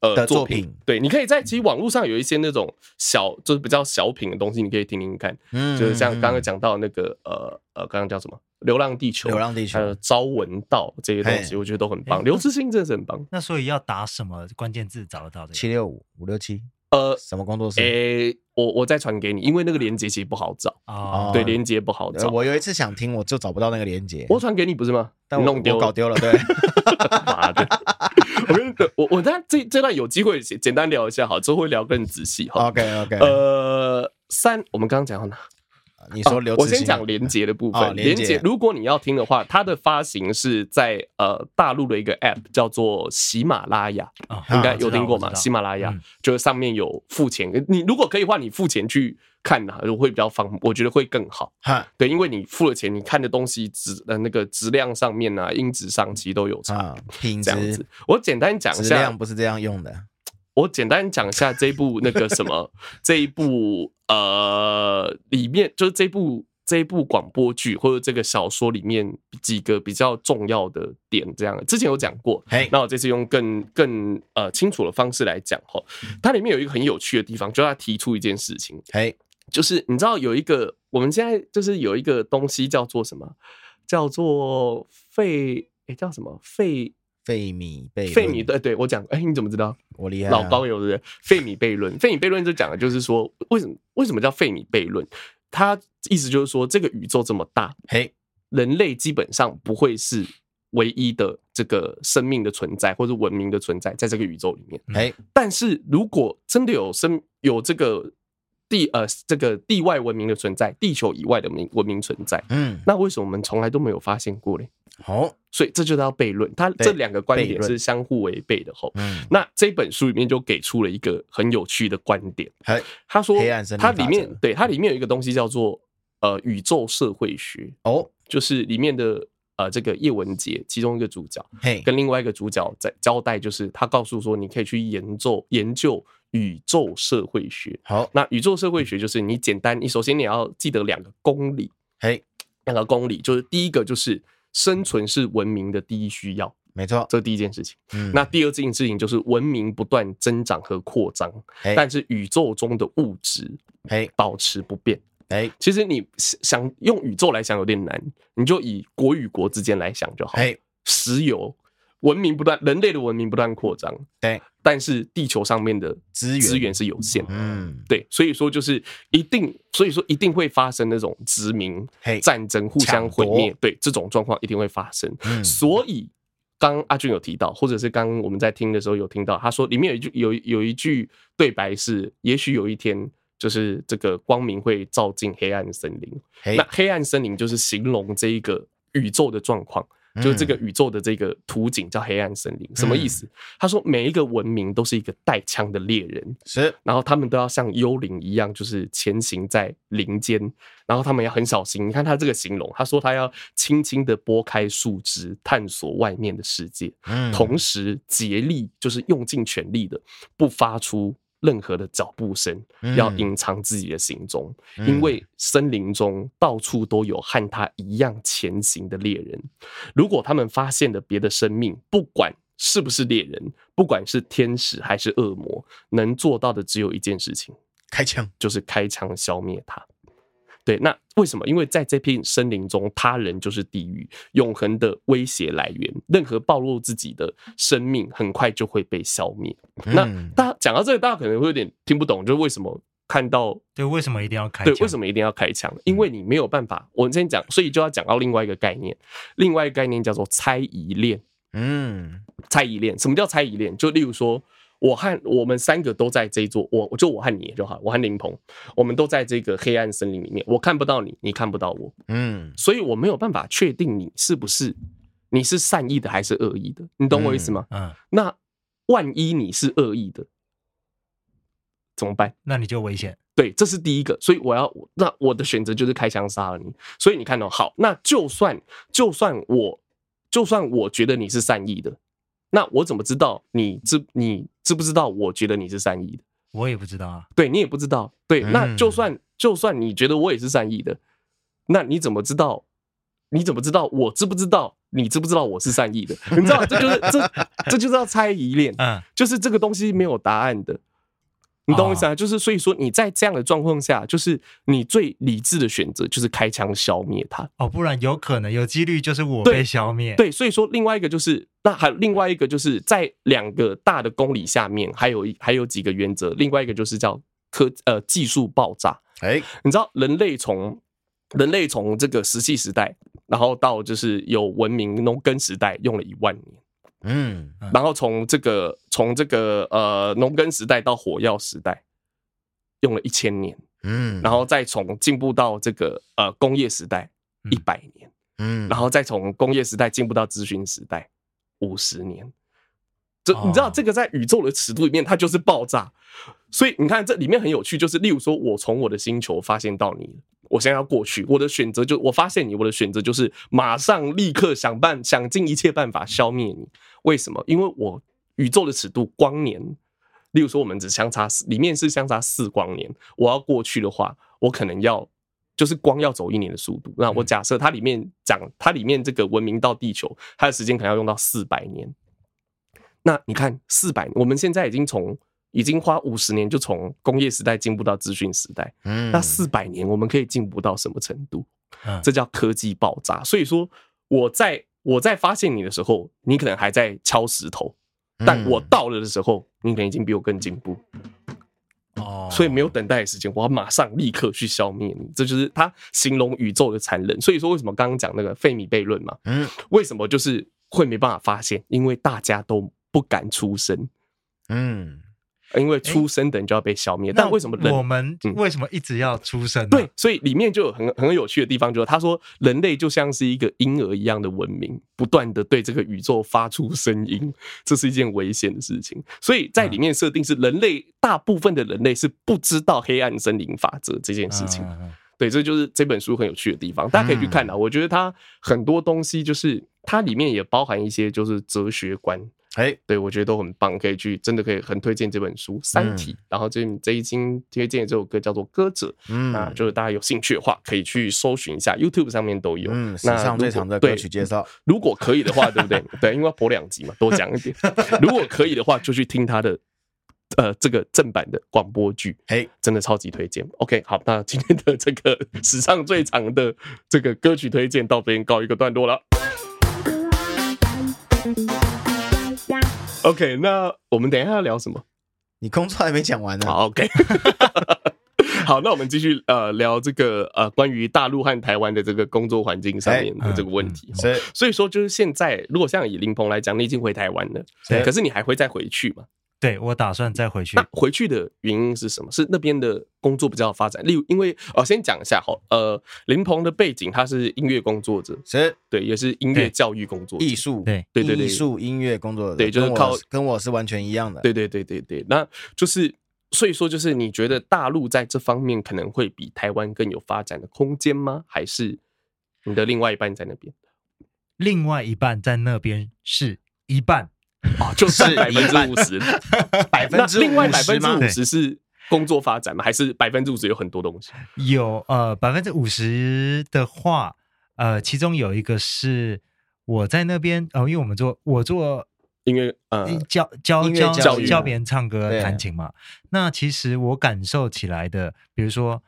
S1: 呃，
S3: 的
S1: 作
S3: 作品
S1: 对，你可以在
S3: 嗯
S1: 其实网络上有一些那种小，就是比较小品的东西，你可以听听看。
S3: 嗯
S1: 就是像刚刚
S3: 嗯
S1: 讲到那个呃呃，刚刚叫什么《流浪地球》，
S3: 流浪地球
S1: 还有《朝闻道》这些东西，
S3: 嘿
S1: 我觉得都很棒。
S2: 哎
S1: 刘慈欣真的是很棒。
S2: 那所以要打什么关键字找得到这
S3: 七
S2: 个？
S3: 六五五六七，
S1: 呃，
S3: 什么工作室？
S1: 诶、哎我我再传给你，因为那个连接其实不好找，
S2: 哦，
S1: 对，连接不好
S3: 呃
S1: 找。
S3: 我有一次想听，我就找不到那个连接，
S1: 我传给你不是吗？
S3: 但
S1: 你
S3: 我
S1: 弄丢
S3: 我
S1: 了
S3: 搞丢了，对，
S1: 妈的！我跟你我我那这这段有机会简简单聊一下，好，之后会聊更仔细哈。
S3: OK OK，
S1: 呃，三，我们刚刚讲到哪？哦
S3: 你说刘
S1: 我
S3: 慈欣，
S1: 先讲连接的部
S3: 哦
S1: 分。连
S3: 连结
S1: 接，如果你要听的话，它的发行是在呃大陆的一个 App 叫做喜马拉雅，
S3: 啊
S2: 哦
S1: 应该
S2: 我知
S1: 有
S2: 道
S1: 听过
S2: 我知
S1: 嘛？
S2: 道
S1: 喜马拉雅
S2: 嗯
S1: 就是上面有付钱，你如果可以的话，你付钱去看啊，会比较方，我觉得会更好。
S3: 哈
S1: 对，因为你付了钱，你看的东西质呃那个质量上面啊，音质上其实都有差。
S3: 啊，品
S1: 这样
S3: 质
S1: 子，我简单讲一
S3: 质
S1: 下
S3: 量，不是这样用的，
S1: 我简单讲一下这一部那个什么，这一部呃里面就是这部这一部广播剧或者这个小说里面几个比较重要的点，这样之前有讲过，
S3: 嘿，
S1: 那我这次用更更呃清楚的方式来讲哈，它里面有一个很有趣的地方，就是他提出一件事情，
S3: 嘿，
S1: 就是你知道有一个我们现在就是有一个东西叫做什么，叫做费哎叫什么费
S3: 费米悖
S1: 费米
S3: 论
S1: 对对，我讲哎你怎么知道？
S3: 我厉害啊，
S1: 老高有对不对？费米悖论，费米悖论就讲的就是说，为什么为什么叫费米悖论？它意思就是说，这个宇宙这么大，
S3: 嘿，
S1: 人类基本上不会是唯一的这个生命的存在或者文明的存在，在这个宇宙里面。
S3: 哎，
S1: 但是如果真的有生有这个地呃这个地外文明的存在，地球以外的明文明存在，
S3: 嗯，
S1: 那为什么我们从来都没有发现过嘞？
S3: 好，
S1: 所以这就叫悖论，它
S3: 对
S1: 这两个观
S3: 悖
S1: 点
S3: 论
S1: 是相互违背的吼。
S3: 嗯，
S1: 那这本书里面就给出了一个很有趣的观点，
S3: 嘿，
S1: 他说
S3: 黑暗森林
S1: 它
S3: 法则
S1: 里面对它里面有一个东西叫做呃宇宙社会学，
S3: 哦，
S1: 就是里面的呃这个叶文洁其中一个主角
S3: 嘿，
S1: 跟另外一个主角在交代，就是他告诉说你可以去研究研究宇宙社会学。
S3: 好，
S1: 那宇宙社会学就是你简单，你首先你要记得两个公理，
S3: 嘿，
S1: 两个公理就是第一个就是生存是文明的第一需要，
S3: 没错，
S1: 这是第一件事情。
S3: 嗯
S1: 那第二件事情就是文明不断增长和扩张，
S3: 嘿
S1: 但是宇宙中的物质
S3: 嘿，
S1: 保持不变。
S3: 哎，
S1: 其实你想用宇宙来想有点难，你就以国与国之间来想就好。
S3: 嘿，
S1: 石油文明不断，人类的文明不断扩张，
S3: 对，
S1: 但是地球上面的
S3: 资源
S1: 资源是有限的。
S3: 嗯，
S1: 对，所以说就是一定，所以说一定会发生那种殖民
S3: 嘿、
S1: 战争、互相毁
S3: 抢
S1: 灭
S3: 夺，
S1: 对这种状况一定会发生。
S3: 嗯
S1: 所以刚刚阿俊有提到，或者是刚刚我们在听的时候有听到，他说里面有一句有有一句对白是：也许有一天，就是这个光明会照进黑暗森林。
S3: 嘿
S1: 那，黑暗森林就是形容这一个宇宙的状况。
S3: 嗯
S1: 就是这个宇宙的这个图景叫黑暗森林，什么意思？他说每一个文明都是一个带枪的猎人，
S3: 是，
S1: 然后他们都要像幽灵一样，就是前行在林间，然后他们要很小心。你看他这个形容，他说他要轻轻的拨开树枝，探索外面的世界，
S3: 嗯，
S1: 同时竭力就是用尽全力的不发出任何的脚步声，
S3: 嗯
S1: 要隐藏自己的行踪，
S3: 嗯
S1: 因为森林中到处都有和他一样前行的猎人。如果他们发现了别的生命，不管是不是猎人，不管是天使还是恶魔，能做到的只有一件事情，
S3: 开枪，
S1: 就是开枪消灭它。对，那为什么？因为在这片森林中，他人就是地狱，永恒的威胁来源。任何暴露自己的生命，很快就会被消灭。那
S3: 嗯
S1: 大家讲到这里，大家可能会有点听不懂，就是为什么看到
S2: 对，为什么一定要开
S1: 对
S2: 枪？嗯
S1: 为什么一定要开枪？因为你没有办法。我先讲，所以就要讲到另外一个概念，另外一个概念叫做猜疑链。
S3: 嗯，
S1: 猜疑链。什么叫猜疑链？就例如说，我和我们三个都在这一座，我我就我和你就好，我和林鹏，我们都在这个黑暗森林里面，我看不到你，你看不到我，
S3: 嗯，
S1: 所以我没有办法确定你是不是你是善意的还是恶意的，你懂我意思吗？
S2: 嗯，
S1: 那万一你是恶意的，怎么办？
S2: 那你就危险。
S1: 对，这是第一个，所以我要那我的选择就是开枪杀了你。所以你看到、哦好，那就算就算我就算我觉得你是善意的，那我怎么知道你知你知不知道？我觉得你是善意的，
S2: 我也不知道啊，
S1: 对你也不知道。对，
S3: 嗯
S1: 那就算就算你觉得我也是善意的，那你怎么知道？你怎么知道我知不知道？你知不知道我是善意的？你知道，这就是这这就是要猜疑链。
S2: 嗯，
S1: 就是这个东西没有答案的。你懂我意思啊？就是所以说你在这样的状况下，就是你最理智的选择就是开枪消灭它。
S2: 哦，不然有可能有几率就是我
S1: 对
S2: 被消灭。，
S1: 对，所以说另外一个就是，那还有另外一个就是在两个大的公理下面，还有一还有几个原则，另外一个就是叫科呃技术爆炸。
S3: 哎，
S1: 你知道人类从人类从这个石器时代，然后到就是有文明农耕时代，用了一万年。
S3: 嗯，
S1: 然后从这个从这个呃农耕时代到火药时代，用了一千年，
S3: 嗯，
S1: 然，后再从进步到这个呃工业时代
S2: 嗯
S1: 一百年，
S3: 嗯，
S1: 然后再从工业时代进步到咨询时代五十年。这
S2: 哦
S1: 你知道这个在宇宙的尺度里面，它就是爆炸。所以你看这里面很有趣，就是例如说我从我的星球发现到你了。我现在要过去，我的选择就我发现你，我的选择就是马上立刻想办想尽一切办法消灭你。为什么？因为我宇宙的尺度光年，例如说我们只相差四，里面是相差四光年，我要过去的话，我可能要就是光要走一年的速度。那我假设它里面讲它里面这个文明到地球，它的时间可能要用到四百年。那你看四百，我们现在已经从已经花五十年就从工业时代进步到资讯时代，
S3: 嗯，
S1: 那四百年我们可以进步到什么程度？
S2: 嗯
S1: 这叫科技爆炸。所以说我在我在发现你的时候，你可能还在敲石头，
S2: 嗯
S1: 但我到了的时候，你可能已经比我更进步。
S2: 哦，
S1: 所以没有等待的时间，我要马上立刻去消灭你。这就是他形容宇宙的残忍。所以说，为什么刚刚讲那个费米悖论嘛？
S3: 嗯
S1: 为什么就是会没办法发现？因为大家都不敢出声，
S3: 嗯，
S1: 因为出声等于就要被消灭。
S2: 那
S1: 但为什么人
S2: 我们
S1: 嗯
S2: 为什么一直要出声呢？
S1: 对，所以里面就有很很有趣的地方，就是他说人类就像是一个婴儿一样的文明，不断的对这个宇宙发出声音，这是一件危险的事情。所以在里面设定是人类大部分的人类是不知道黑暗森林法则这件
S2: 嗯，
S1: 事情。
S2: 嗯嗯
S1: 对，这就是这本书很有趣的地方，大家可以去看啊。我觉得它很多东西就是它里面也包含一些就是哲学观，
S3: 哎，
S1: 对，我觉得都很棒，可以去真的可以很推荐这本书《三体》。然后这这一经推荐的这首歌叫做《歌者》，那
S3: 嗯
S1: 就是大家有兴趣的话，可以去搜寻一下，YouTube 上面都有。
S3: 嗯，史
S1: 那
S3: 上最长的
S1: 如果
S3: 歌曲介绍，
S1: 如果可以的话，对不对？对，因为要播两集嘛，多讲一 点。如果可以的话，就去听他的呃这个正版的广播剧，
S3: 嘿，
S1: 真的超级推荐。OK，好，那今天的这个史上最长的这个歌曲推荐到这边告一个段落了。OK，那我们等一下要聊什么？
S3: 你工作还没讲完呢，
S1: 好，OK。好，那我们继续呃聊这个呃关于大陆和台湾的这个工作环境上面的这个问题。
S3: 哎嗯是
S1: 所以说，就是现在如果像以林鹏来讲，你已经回台湾了，
S3: 对
S1: 可是你还会再回去
S3: 嗯
S1: 嘛？
S2: 对我打算再回去
S1: 那。回去的原因是什么？是那边的工作比较发展，例如因为呃先讲一下好，呃林鹏的背景他是音乐工作者，
S3: 是
S1: 对，也是音乐
S2: 对
S1: 教育工作者
S3: 艺。术，
S2: 对
S1: 对对对
S3: 艺术音乐工作者，
S1: 对就是
S3: 跟我
S1: 靠
S3: 跟我是完全一样的，
S1: 对对对对对，那就是所以说，就是你觉得大陆在这方面可能会比台湾更有发展的空间吗？还是你的另外一半在那边？
S2: 另外一半在那边是一半，
S1: 哦，就是 百分之五十，
S3: 百分之
S1: 那另外 百分之
S3: 50吗
S1: 五十是工作发展吗？还是百分之五十有很多东西？
S2: 有呃百分之五十的话，呃，其中有一个是我在那边，呃，因为我们做我做
S1: 因为呃，
S2: 教教
S3: 音乐
S2: 教
S1: 教育
S2: 教别人唱歌
S3: 对
S2: 弹琴嘛。那其实我感受起来的，比如说，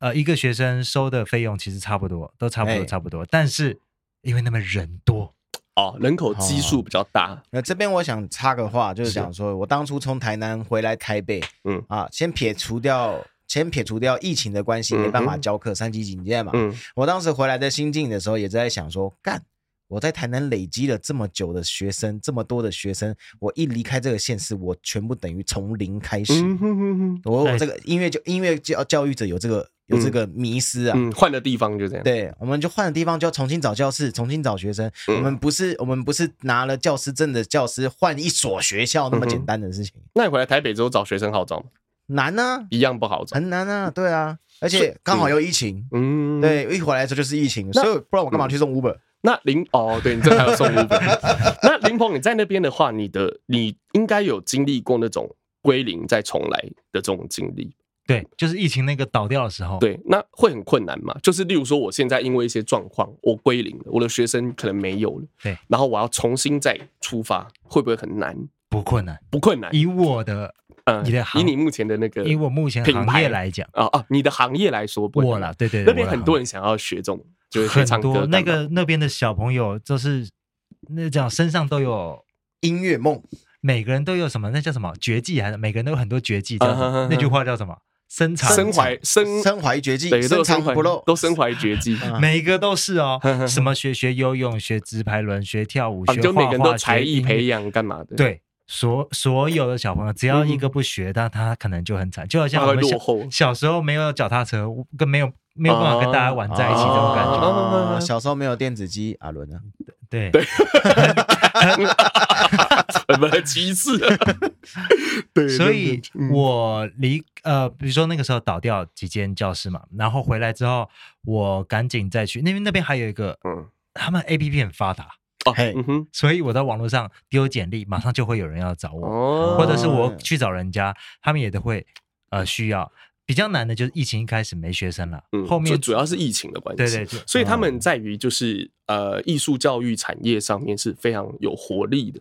S2: 呃，一个学生收的费用其实差不多，都差不
S3: 哎
S2: 多差不多，但是因为那边人多，
S1: 哦，人口基数比较大，
S3: 那这边我想插个话，就是
S1: 是
S3: 讲说我当初从台南回来台北，
S1: 嗯
S3: 啊，先撇除掉先撇除掉疫情的关系，
S1: 嗯
S3: 没办法教课，三级警戒嘛。
S1: 嗯，
S3: 我当时回来的心境的时候，也在想说，干，我在台南累积了这么久的学生，这么多的学生，我一离开这个县市，我全部等于从零开始。
S1: 嗯哼哼哼，
S3: 我我
S2: 对
S3: 这个音乐就音乐教教育者有这个有这个迷失啊，
S1: 嗯，换了地方就这样，，
S3: 对，我们就换了地方，就要重新找教室，重新找学生。
S1: 嗯
S3: 我们不是我们不是拿了教师证的教师换一所学校那么
S1: 嗯
S3: 简
S1: 哼
S3: 单的事情，
S1: 那你回来台北之后找学生好找吗？
S3: 难呢、
S1: 一样不好找，
S3: 很难啊，对啊，而
S1: 所以
S3: 且刚好又疫情，
S1: 嗯，。
S3: 对，一回来的时候就是疫情，所以不然我干嘛去送 Uber？
S1: 那林哦，对你这还有送五 本。那林鹏，你在那边的话，你的你应该有经历过那种归零再重来的这种经历，
S2: 对，就是疫情那个倒掉的时候，，
S1: 对，那会很困难嘛？就是例如说，我现在因为一些状况，我归零了，我的学生可能没有了，
S2: 对，
S1: 然后我要重新再出发，会不会很难？
S2: 不困难。
S1: 不困难，
S2: 以我的
S1: 呃
S2: 你的
S1: 哎以
S2: 行
S1: 你目前的那个，
S2: 以我目前
S1: 品
S2: 行
S1: 牌
S2: 业来讲，
S1: 啊啊，你的行业来说不会
S2: 我
S1: 很
S2: 啦，
S1: 难，
S2: 对对，对
S1: 那边
S2: 我的
S1: 很多
S2: 行
S1: 人想要学这种，就是学
S2: 很
S1: 唱歌
S2: 多那
S1: 干嘛
S2: 个那边的小朋友，就是那叫身上都有，
S3: 音乐梦，
S2: 每个人都有什么？那叫什么绝技？还是每个人都有很多绝技？叫什
S1: 啊哈哈哈
S2: 么那句话叫什么？深藏
S1: 身怀身
S3: 身怀绝技
S1: 对，
S3: 深
S1: 都
S3: 藏
S1: 身怀
S3: 不露，
S1: 都身怀绝技。
S3: 啊
S2: 每个都是哦
S1: 呵呵呵，
S2: 什么学学游泳、学直排轮、学跳舞、
S1: 啊，
S2: 学
S1: 就每
S2: 画
S1: 个人都
S2: 画、学
S1: 才艺
S2: 音乐
S1: 培。养干嘛的？，嗯
S2: 对，所所有的小朋友，只要一个不学，但他可能就很惨，就好像
S1: 他会
S2: 我们小
S1: 落后
S2: 小时候没有脚踏车，跟没有没有办法跟大家玩在一起这种感觉。
S1: 啊
S3: 啊小时候没有电子机，阿伦啊，
S2: 对，
S1: 什么歧视？ 对，
S2: 所
S1: 对
S2: 以
S1: 对嗯
S2: 我离呃，比如说那个时候倒掉几间教室嘛，然后回来之后，我赶紧再去，因为那边还有一个，
S1: 嗯
S2: 他们 A P P 很发达，
S1: 哦，
S3: 嘿
S1: 嗯哼，
S2: 所以我在网络上丢简历，马上就会有人要找我，
S1: 哦，
S2: 或者是我去找人家，他们也都会呃需要。比较难的就是疫情一开始没学生了，
S1: 嗯
S2: 后
S1: 就
S2: 面
S1: 主要是疫情的关系，
S2: 对对嗯对
S1: 所以他们在于就是呃艺术教育产业上面是非常有活力的，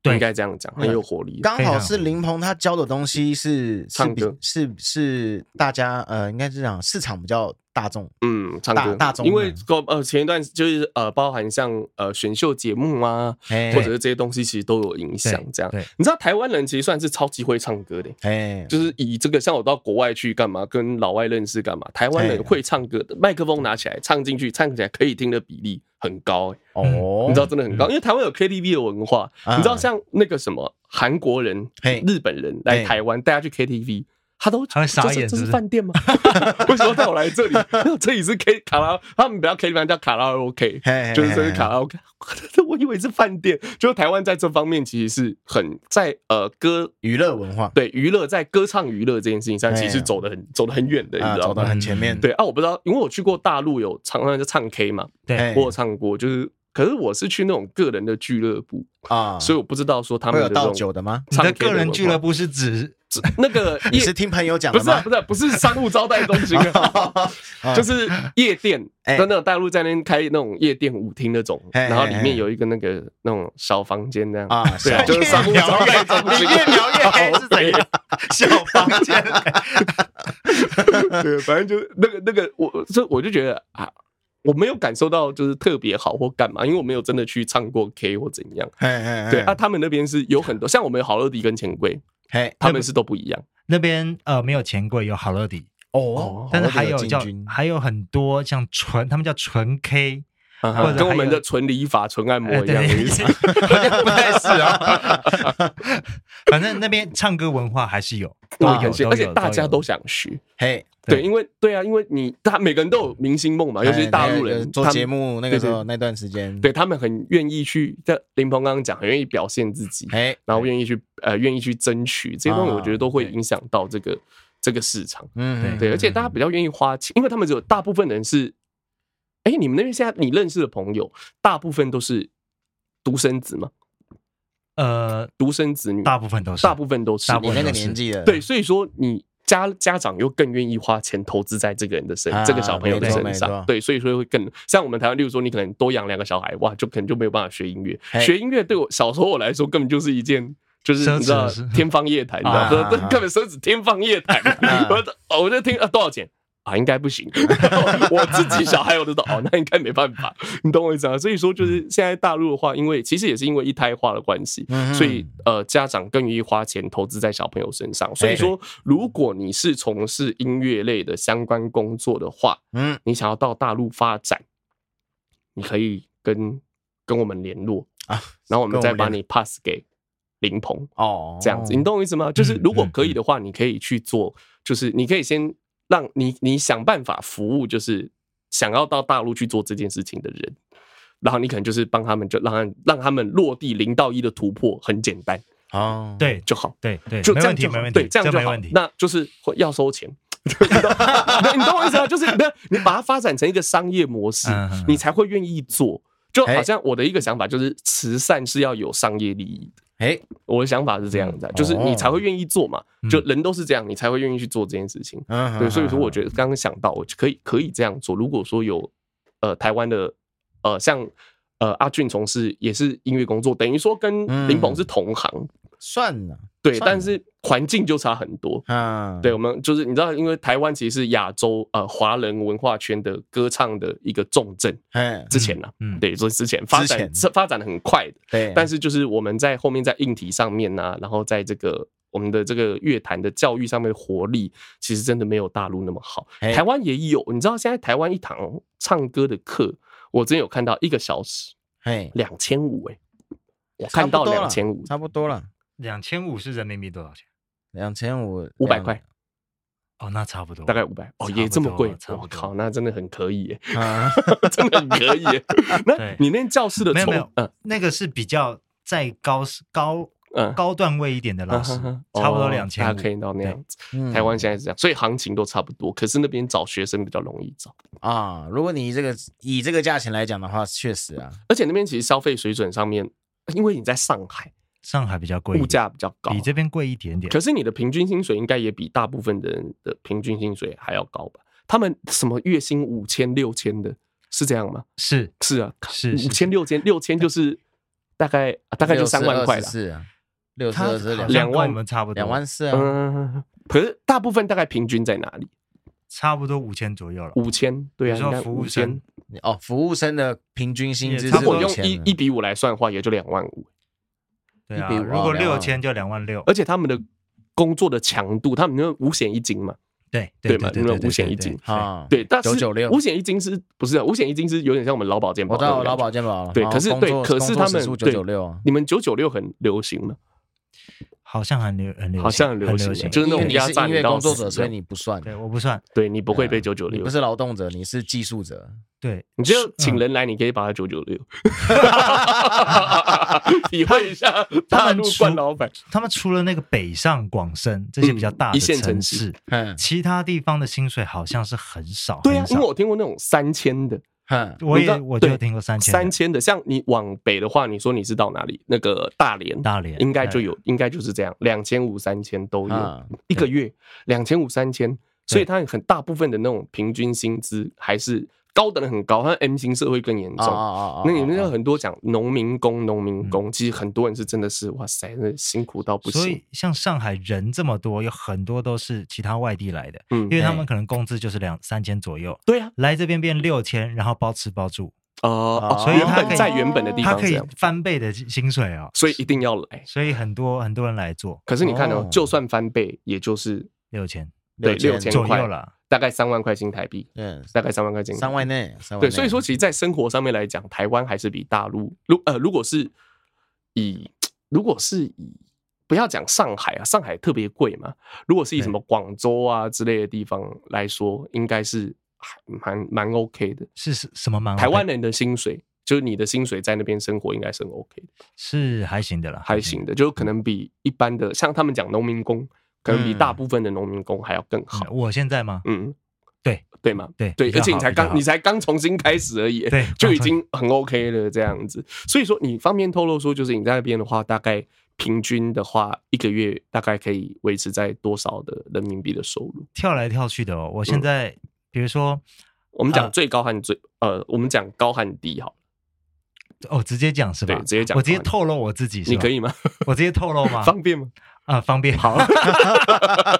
S2: 对
S1: 应该这样讲，很有活力的。
S3: 刚好是林鹏他教的东西是是
S1: 唱
S3: 比
S1: 歌
S3: 是是大家呃，应该是讲市场比较大众，
S1: 嗯，唱歌
S3: 大大众
S1: 因为
S3: 的
S1: 呃前一段就是呃包含像呃选秀节目啊，
S3: 哎
S1: 或者是这些东西其实都有影响
S2: 对。
S1: 这样
S2: 对，
S1: 你知道台湾人其实算是超级会唱歌的，欸
S3: 哎，
S1: 就是以这个像我到国外去干嘛，跟老外认识干嘛，台湾人
S3: 哎
S1: 会唱歌的，麦克风拿起来唱进去，唱起来可以听的比例很高、欸
S3: 哦，
S1: 你知道真的很
S2: 嗯
S1: 高，因为台湾有 KTV 的文化，
S3: 啊
S1: 你知道像那个什么韩国人
S3: 嘿、
S1: 日本人来
S3: 嘿
S1: 台湾，带他去 KTV。他都
S2: 他会傻眼
S1: 这是
S2: 是不是
S1: 这饭店吗？ 为什么带我来这里？ 这里是 K 卡拉，他们不要 K 地方叫卡拉 OK，
S3: 嘿嘿
S1: 就是这
S3: 嘿
S1: 是
S3: 嘿
S1: 卡拉 OK。我 以为是饭店，就是台湾在这方面其实是很在呃歌
S3: 娱乐文化，
S1: 对娱乐在歌唱娱乐这件事情上，
S3: 哎
S1: 其实走得很走得很远的，你
S3: 啊，
S1: 知道
S3: 走
S1: 吗
S3: 得？很前
S2: 嗯
S3: 面，
S1: 对啊，我不知道，因为我去过大陆有唱，那就唱 K 嘛，
S3: 哎
S2: 对，
S1: 我有唱过，就是可是我是去那种个人的俱乐部，
S3: 啊，
S1: 所以我不知道说他
S3: 会
S1: 们
S3: 有
S1: 的这种
S3: 倒酒的吗？
S2: 你
S1: 唱
S2: 的
S1: K
S2: 个人俱乐
S1: 部
S2: 部是指
S1: 那个
S3: 你
S1: 夜
S3: 是听朋友讲
S1: 不
S3: 的
S1: 是啊
S3: 吗
S1: 不？是啊不是商务招待中心 啊，
S3: 啊
S1: 就是夜店，
S3: 哎
S1: 在那种大陆在那边开那种夜店舞厅那种，
S3: 哎
S1: 然后里
S3: 哎哎
S1: 面有一个那个那种小房间那样
S3: 啊
S1: 对啊，
S3: 小
S1: 就是商务招待中心，
S2: 越聊越黑是怎样？小房间，
S1: 对，反正就是那个那个，我这我就觉得啊，我没有感受到就是特别好或干嘛，因为我没有真的去唱过 K 或怎样。
S3: 嘿嘿嘿
S1: 对啊，，他们那边是有很多，像我们有好乐迪跟钱柜，
S3: 嘿，
S1: 他们是都不一样。
S2: 那边呃没有钱柜，有好乐迪，
S3: 哦，
S2: 但是还
S3: 有
S2: 有叫还有很多像纯，他们叫纯 K，
S1: 啊
S2: 或
S1: 哈
S2: 者
S1: 跟我
S2: 还
S1: 们
S2: 有
S1: 的纯理法、纯按摩
S2: 哎
S1: 一样的
S2: 对
S1: 意思。
S2: 好像不太是啊。 反正那边唱歌文化还是有，都
S1: 哇
S2: 有，
S1: 很
S2: 都
S1: 羡
S2: 有
S1: 啊而且大家
S2: 有
S1: 都想学。
S3: 嘿，
S1: 对，
S2: 对
S1: 因为对啊，因为你他每个人都有明星梦嘛，啊尤其是大陆
S3: 哎那
S1: 人
S3: 个做
S1: 他们
S3: 节目那个时
S1: 对
S3: 候那段时间，
S1: 对，他们很愿意去，像林鹏刚刚讲，很愿意表现自己，
S3: 哎，
S1: 然后愿意去呃愿意去争取这些东西，
S3: 啊
S1: 我觉得都会
S3: 对
S1: 影响到这个这个市场。
S3: 嗯
S1: 对，而且大家比较愿意花钱，因为他们只有大部分人是，哎，你们那边现在你认识的朋友，大部分都是独生子嘛，
S2: 呃，
S1: 独生子女，
S2: 大部分都是
S1: 大部分都是
S2: 大部
S3: 你
S2: 分
S3: 那
S2: 都
S3: 个
S2: 是
S3: 年纪的，
S1: 对，所以说你家家长又更愿意花钱投资在这个人的身，
S3: 啊
S1: 这个小朋友的
S2: 没错
S1: 身
S3: 没
S1: 上
S3: 错，
S1: 对，所以说会更像我们台湾，例如说你可能多养两个小孩，哇，就可能就没有办法学音乐。
S3: 嘿
S1: 学音乐对我小时候我来说根本就是一件。就是
S2: 奢侈
S1: 你知道
S2: 的事
S1: 天方夜谭，你知道
S3: 啊
S1: 这这 根本奢侈天方夜谭。 我就哦我就听啊多少钱啊，应该不行。 我自己小孩我都懂哦，那应该没办法，你懂我意思啊？所以说
S3: 嗯
S1: 就是现在大陆的话，因为其实也是因为一胎化的关系，
S3: 嗯哼
S1: 所以呃，家长更愿意花钱投资在小朋友身上。所以说，如果你是从事音乐类的相关工作的话，
S3: 嗯，
S1: 你想要到大陆发展，你可以跟跟我们联络
S3: 啊，
S1: 然后我们再把
S3: 跟我们联
S1: 你 pass 给林鹏
S3: 哦
S1: 这样子。你懂我意思吗？就是
S2: 嗯
S1: 如果可以的话，你可以去做，就是你可以先让你你想办法服务，就是想要到大陆去做这件事情的人。然后你可能就是帮他们，就让他让他们落地零到一的突破很简单
S3: 哦，
S2: 对
S1: 就好。
S2: 对对，
S1: 就
S2: 没
S1: 这样
S2: 问题
S1: 就
S2: 没
S1: 好，
S2: 问题，
S1: 对，这样就
S2: 没
S1: 好
S2: 问题。。
S1: 那就是会要收钱， 你懂你懂我意思啊？就是你你把它发展成一个商业模式
S2: 嗯嗯嗯，
S1: 你才会愿意做。就
S3: 哎
S1: 好像我的一个想法就是，慈善是要有商业利益的。
S3: 哎，
S1: 我的想法是这样子
S2: 嗯
S1: 啊，就是
S2: 哦
S1: 你才会愿意做嘛。就人都是这样，你才会愿意去做这件事情。
S3: 嗯
S1: 对，所以说我
S3: 得
S1: 觉得刚刚想到，我就可以可以这样做。如果说有呃台湾的呃像呃阿俊从事也是音乐工作，等于说跟
S2: 嗯
S1: 林鹏是同行，
S3: 嗯算了，
S1: 对，
S3: 算
S1: 但
S3: 了
S1: 是环境就差很多。
S3: 啊，
S1: 嗯对，我们就是你知道，因为台湾其实是亚洲呃华人文化圈的歌唱的一个重镇，
S3: 哎，
S1: 之前呢、
S2: 嗯嗯
S1: 对，所以之前发
S3: 之
S1: 展
S3: 前
S1: 是发展的很快的，
S3: 对，
S1: 但
S3: 是
S1: 是就是我们在后面在硬体上面呢、然后在这个我们的这个乐坛的教育上面的活力，其实真的没有大陆那么好。
S3: 哎
S1: 台湾也有，你知道现在台湾一堂唱歌的课，我之前有看到一个小时
S3: 嘿，
S1: 两千五，哎，我看到两千五，
S3: 差不多了，
S2: 两千五是人民币多少钱？
S3: 两千五，
S1: 500块
S2: 哦，那差不多，
S1: 大概五百，哦，
S2: 差
S1: 也
S2: 不
S1: 这么
S2: 多
S1: 贵，
S2: 差不
S1: 我
S2: 多
S1: 靠，那真的很可以耶。
S3: 啊，
S1: 真的很可以 耶。那
S2: 对
S1: 你那教室的
S2: 没有
S1: 抽
S2: 没有
S1: 嗯，
S2: 那个是比较在高 s- 高
S1: 嗯
S2: 高段位一点的老师，
S1: 嗯
S2: 差不多
S1: 哦
S2: 两千
S1: 大
S2: 五
S1: 家可以到那样子。
S3: 嗯
S1: 台湾现在是这样，所以行情都差不多，可是那边找学生比较容易找，
S3: 啊，如果你这个以这个价钱来讲的话，确实啊，
S1: 而且那边其实消费水准上面，因为你在上海，
S2: 上海比较贵一点，
S1: 物价比较高
S2: 比。这边贵一点点
S1: 可。是你的平均薪水应该也比大部分的人的平均薪水还要高吧？他们什么月薪五千六千的，是这样吗？
S2: 是
S1: 是啊，
S2: 是是
S1: 五千六千六千就是大概啊大概就三万块了。
S3: 是啊，六十
S2: 它
S3: 二是
S2: 好像
S3: 两
S1: 两万
S2: 跟我们差不
S1: 嗯
S2: 多，
S3: 两万四啊，
S1: 嗯，可是大部分大概平均在哪里？
S2: 差不多五千左右了。
S1: 五千，对啊，
S2: 你说
S1: 你看
S2: 服务
S1: 五千
S2: 生，
S3: 哦，服务生的平均薪资
S2: 也
S3: 是啊
S1: 如
S2: 差不
S1: 果
S2: 多
S1: 用
S3: 五千
S1: 一
S3: 的
S1: 一比五来算的话，也就两万五。
S2: 对啊，
S3: 150
S2: 如果
S3: 啊两
S2: 六
S3: 万
S2: 千就两万六。
S1: 而且他们的工作的强度，他们那五险一金嘛，
S2: 对
S1: 对嘛
S2: 对，
S1: 因为五险一金。
S3: 啊，
S1: 对，但是
S3: 996
S1: 五险一金是不是啊？五险一金是有点像我们劳保健保
S3: 我
S1: 那种感觉，
S3: 到劳保健保了。
S1: 对
S3: 然后
S1: 可是
S3: 工
S1: 对
S3: 作
S1: 可是他们
S3: 工作时数
S1: 对
S3: 996啊
S1: 你们九九六很流行呢，
S2: 好像很流很流行，
S1: 好像很流
S2: 流
S1: 行
S2: 行。
S1: 就是那
S3: 因为
S1: 种
S3: 你
S1: 压
S3: 是
S1: 榨
S3: 音乐
S1: 到
S3: 工作
S1: 死
S3: 者，
S1: 的
S3: 所以你不算，
S2: 对，我不算。
S1: 对你不会被九九
S3: 啊你
S1: 六
S3: 不。是劳动者，你是技术者。
S2: 对，
S1: 你只有请
S2: 嗯
S1: 人来，你可以把他九九 六， 体会一下大
S2: 他
S1: 陆
S2: 们除
S1: 冠老板。
S2: 他们除了那个北上广深这些比较大
S1: 嗯一
S2: 的
S1: 线城
S2: 市，
S3: 哼
S2: 其他地方的薪水好像是很少，
S1: 对啊
S2: 很，
S1: 因
S2: 少
S1: 为我听过那种三千的，
S3: 哼，
S2: 我
S1: 你知
S2: 也
S1: 道
S2: 我就
S1: 对
S2: 听过三千
S1: 三千的，像你往北的话，你说你是到哪里？那个大连，
S2: 大连
S1: 应该就
S2: 对嗯
S1: 有，应该就是这样，两千五、三千都有
S3: 啊，
S1: 一个月两千五、三千，所以它很大部分的那种平均薪资还是高的人很高，它 M 型社会更严
S3: 啊啊
S2: 哦
S1: 重。
S3: 啊啊！
S1: 那你们
S3: 啊
S1: 有很多讲农民工，农民工，其实很多人是真的是哇塞，那辛苦到不
S2: 嗯所
S1: 行
S2: 以。像上海人这么多，有很多都是其他外地来的，
S1: 嗯
S2: 因，为他
S3: 哎
S2: 们可能工资就是两三千左右，
S1: 对啊，
S2: 来这边变六千，然后包吃包住，
S1: 哦，
S3: 啊
S1: 哦
S2: 所以
S1: 原
S2: 他可
S1: 本
S2: 以
S1: 在原本的地
S2: 他
S1: 方
S2: 可
S1: 这
S2: 以
S1: 样，
S2: 翻倍的薪水哦，
S1: 所以一定要来。
S2: 所以很多很多人来做
S1: 可是你看哦
S3: 哦，
S1: 就算翻倍，也就是
S2: 六千
S1: 对
S3: 6000
S1: 6000
S2: 左
S1: 块
S2: 右了，
S1: 大概三万块新台币，
S3: 嗯，
S1: 大概三万块钱，
S3: 三万。内，三万
S1: 对，
S3: 内
S1: 所以说其实，在生活上面来讲，台湾还是比大陆，如呃，如果是以如果是以不要讲上海啊，上海特别贵嘛，如果是以什么广州啊之类的地方来说，应该是还蛮蛮 OK 的。
S2: 是是什么蛮
S1: 台湾人的薪水，就是你的薪水在那边生活，应该是很 OK 的，
S2: 是还行的啦，
S1: 还行的，就可能比一般的，像他们讲农民工，可能比
S3: 嗯
S1: 大部分的农民工还要更
S2: 嗯。
S1: 好。
S2: 我现在吗？
S1: 嗯，
S2: 对
S1: 对嘛，
S2: 对
S1: 对，
S2: 比较
S1: 而且你
S2: 好
S1: 才
S2: 比较
S1: 刚
S2: 好
S1: 你才刚重新开始而已，
S2: 对
S1: 就
S2: 刚
S1: 已
S2: 从
S1: 经很 OK 了这样子。所以说，你方便透露说，就是你在那边的话，大概平均的话，一个月大概可以维持在多少的人民币的收入？
S2: 跳来跳去的哦。我
S1: 嗯
S2: 现在、比如说，
S1: 我们讲
S2: 呃
S1: 最高和最呃，我们讲高和低好了，
S2: 哦，直接讲是吧？
S1: 对直接讲
S2: 我直接透露我自己是吧，
S1: 你可以吗？
S2: 我直接透露吗？
S1: 方便吗？
S2: 啊、方便好，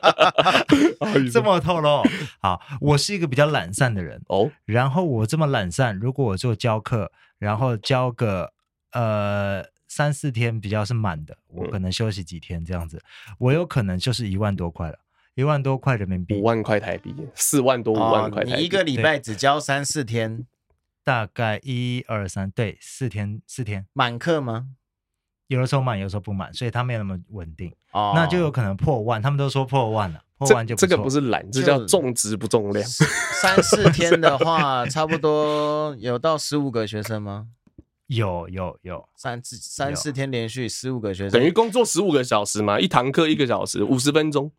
S2: 这么透露哦好。我是一个比较懒散的人，
S1: 哦，
S2: 然后我这么懒散，如果我做教课，然后教个呃三四天比较是满的，我
S1: 嗯
S2: 可能休息几天这样子，我有可能就是一万多块了，一万多块人民币
S1: 五，万块台币，四万多五
S2: 啊
S1: 万块
S3: 哦
S1: 台
S3: 你
S1: 币，
S3: 一个礼拜只教三四天，
S2: 大概一二三对四天四天，
S3: 满课吗？
S2: 有的时候满，有的时候不满，所以它没有那么稳定。
S3: 哦，
S2: 那就有可能破万，他们都说破万了，破万
S1: 这
S2: 就
S1: 这个
S2: 错
S1: 不是懒，这
S3: 就
S1: 叫重质不重量。
S3: 三四天的话，差不多有到十五个学生吗？
S2: 有有有，
S3: 三四三
S2: 有
S3: 四天连续十五个学生
S1: 等于，工作十五个小时嘛，一堂课一个小时，五十分钟，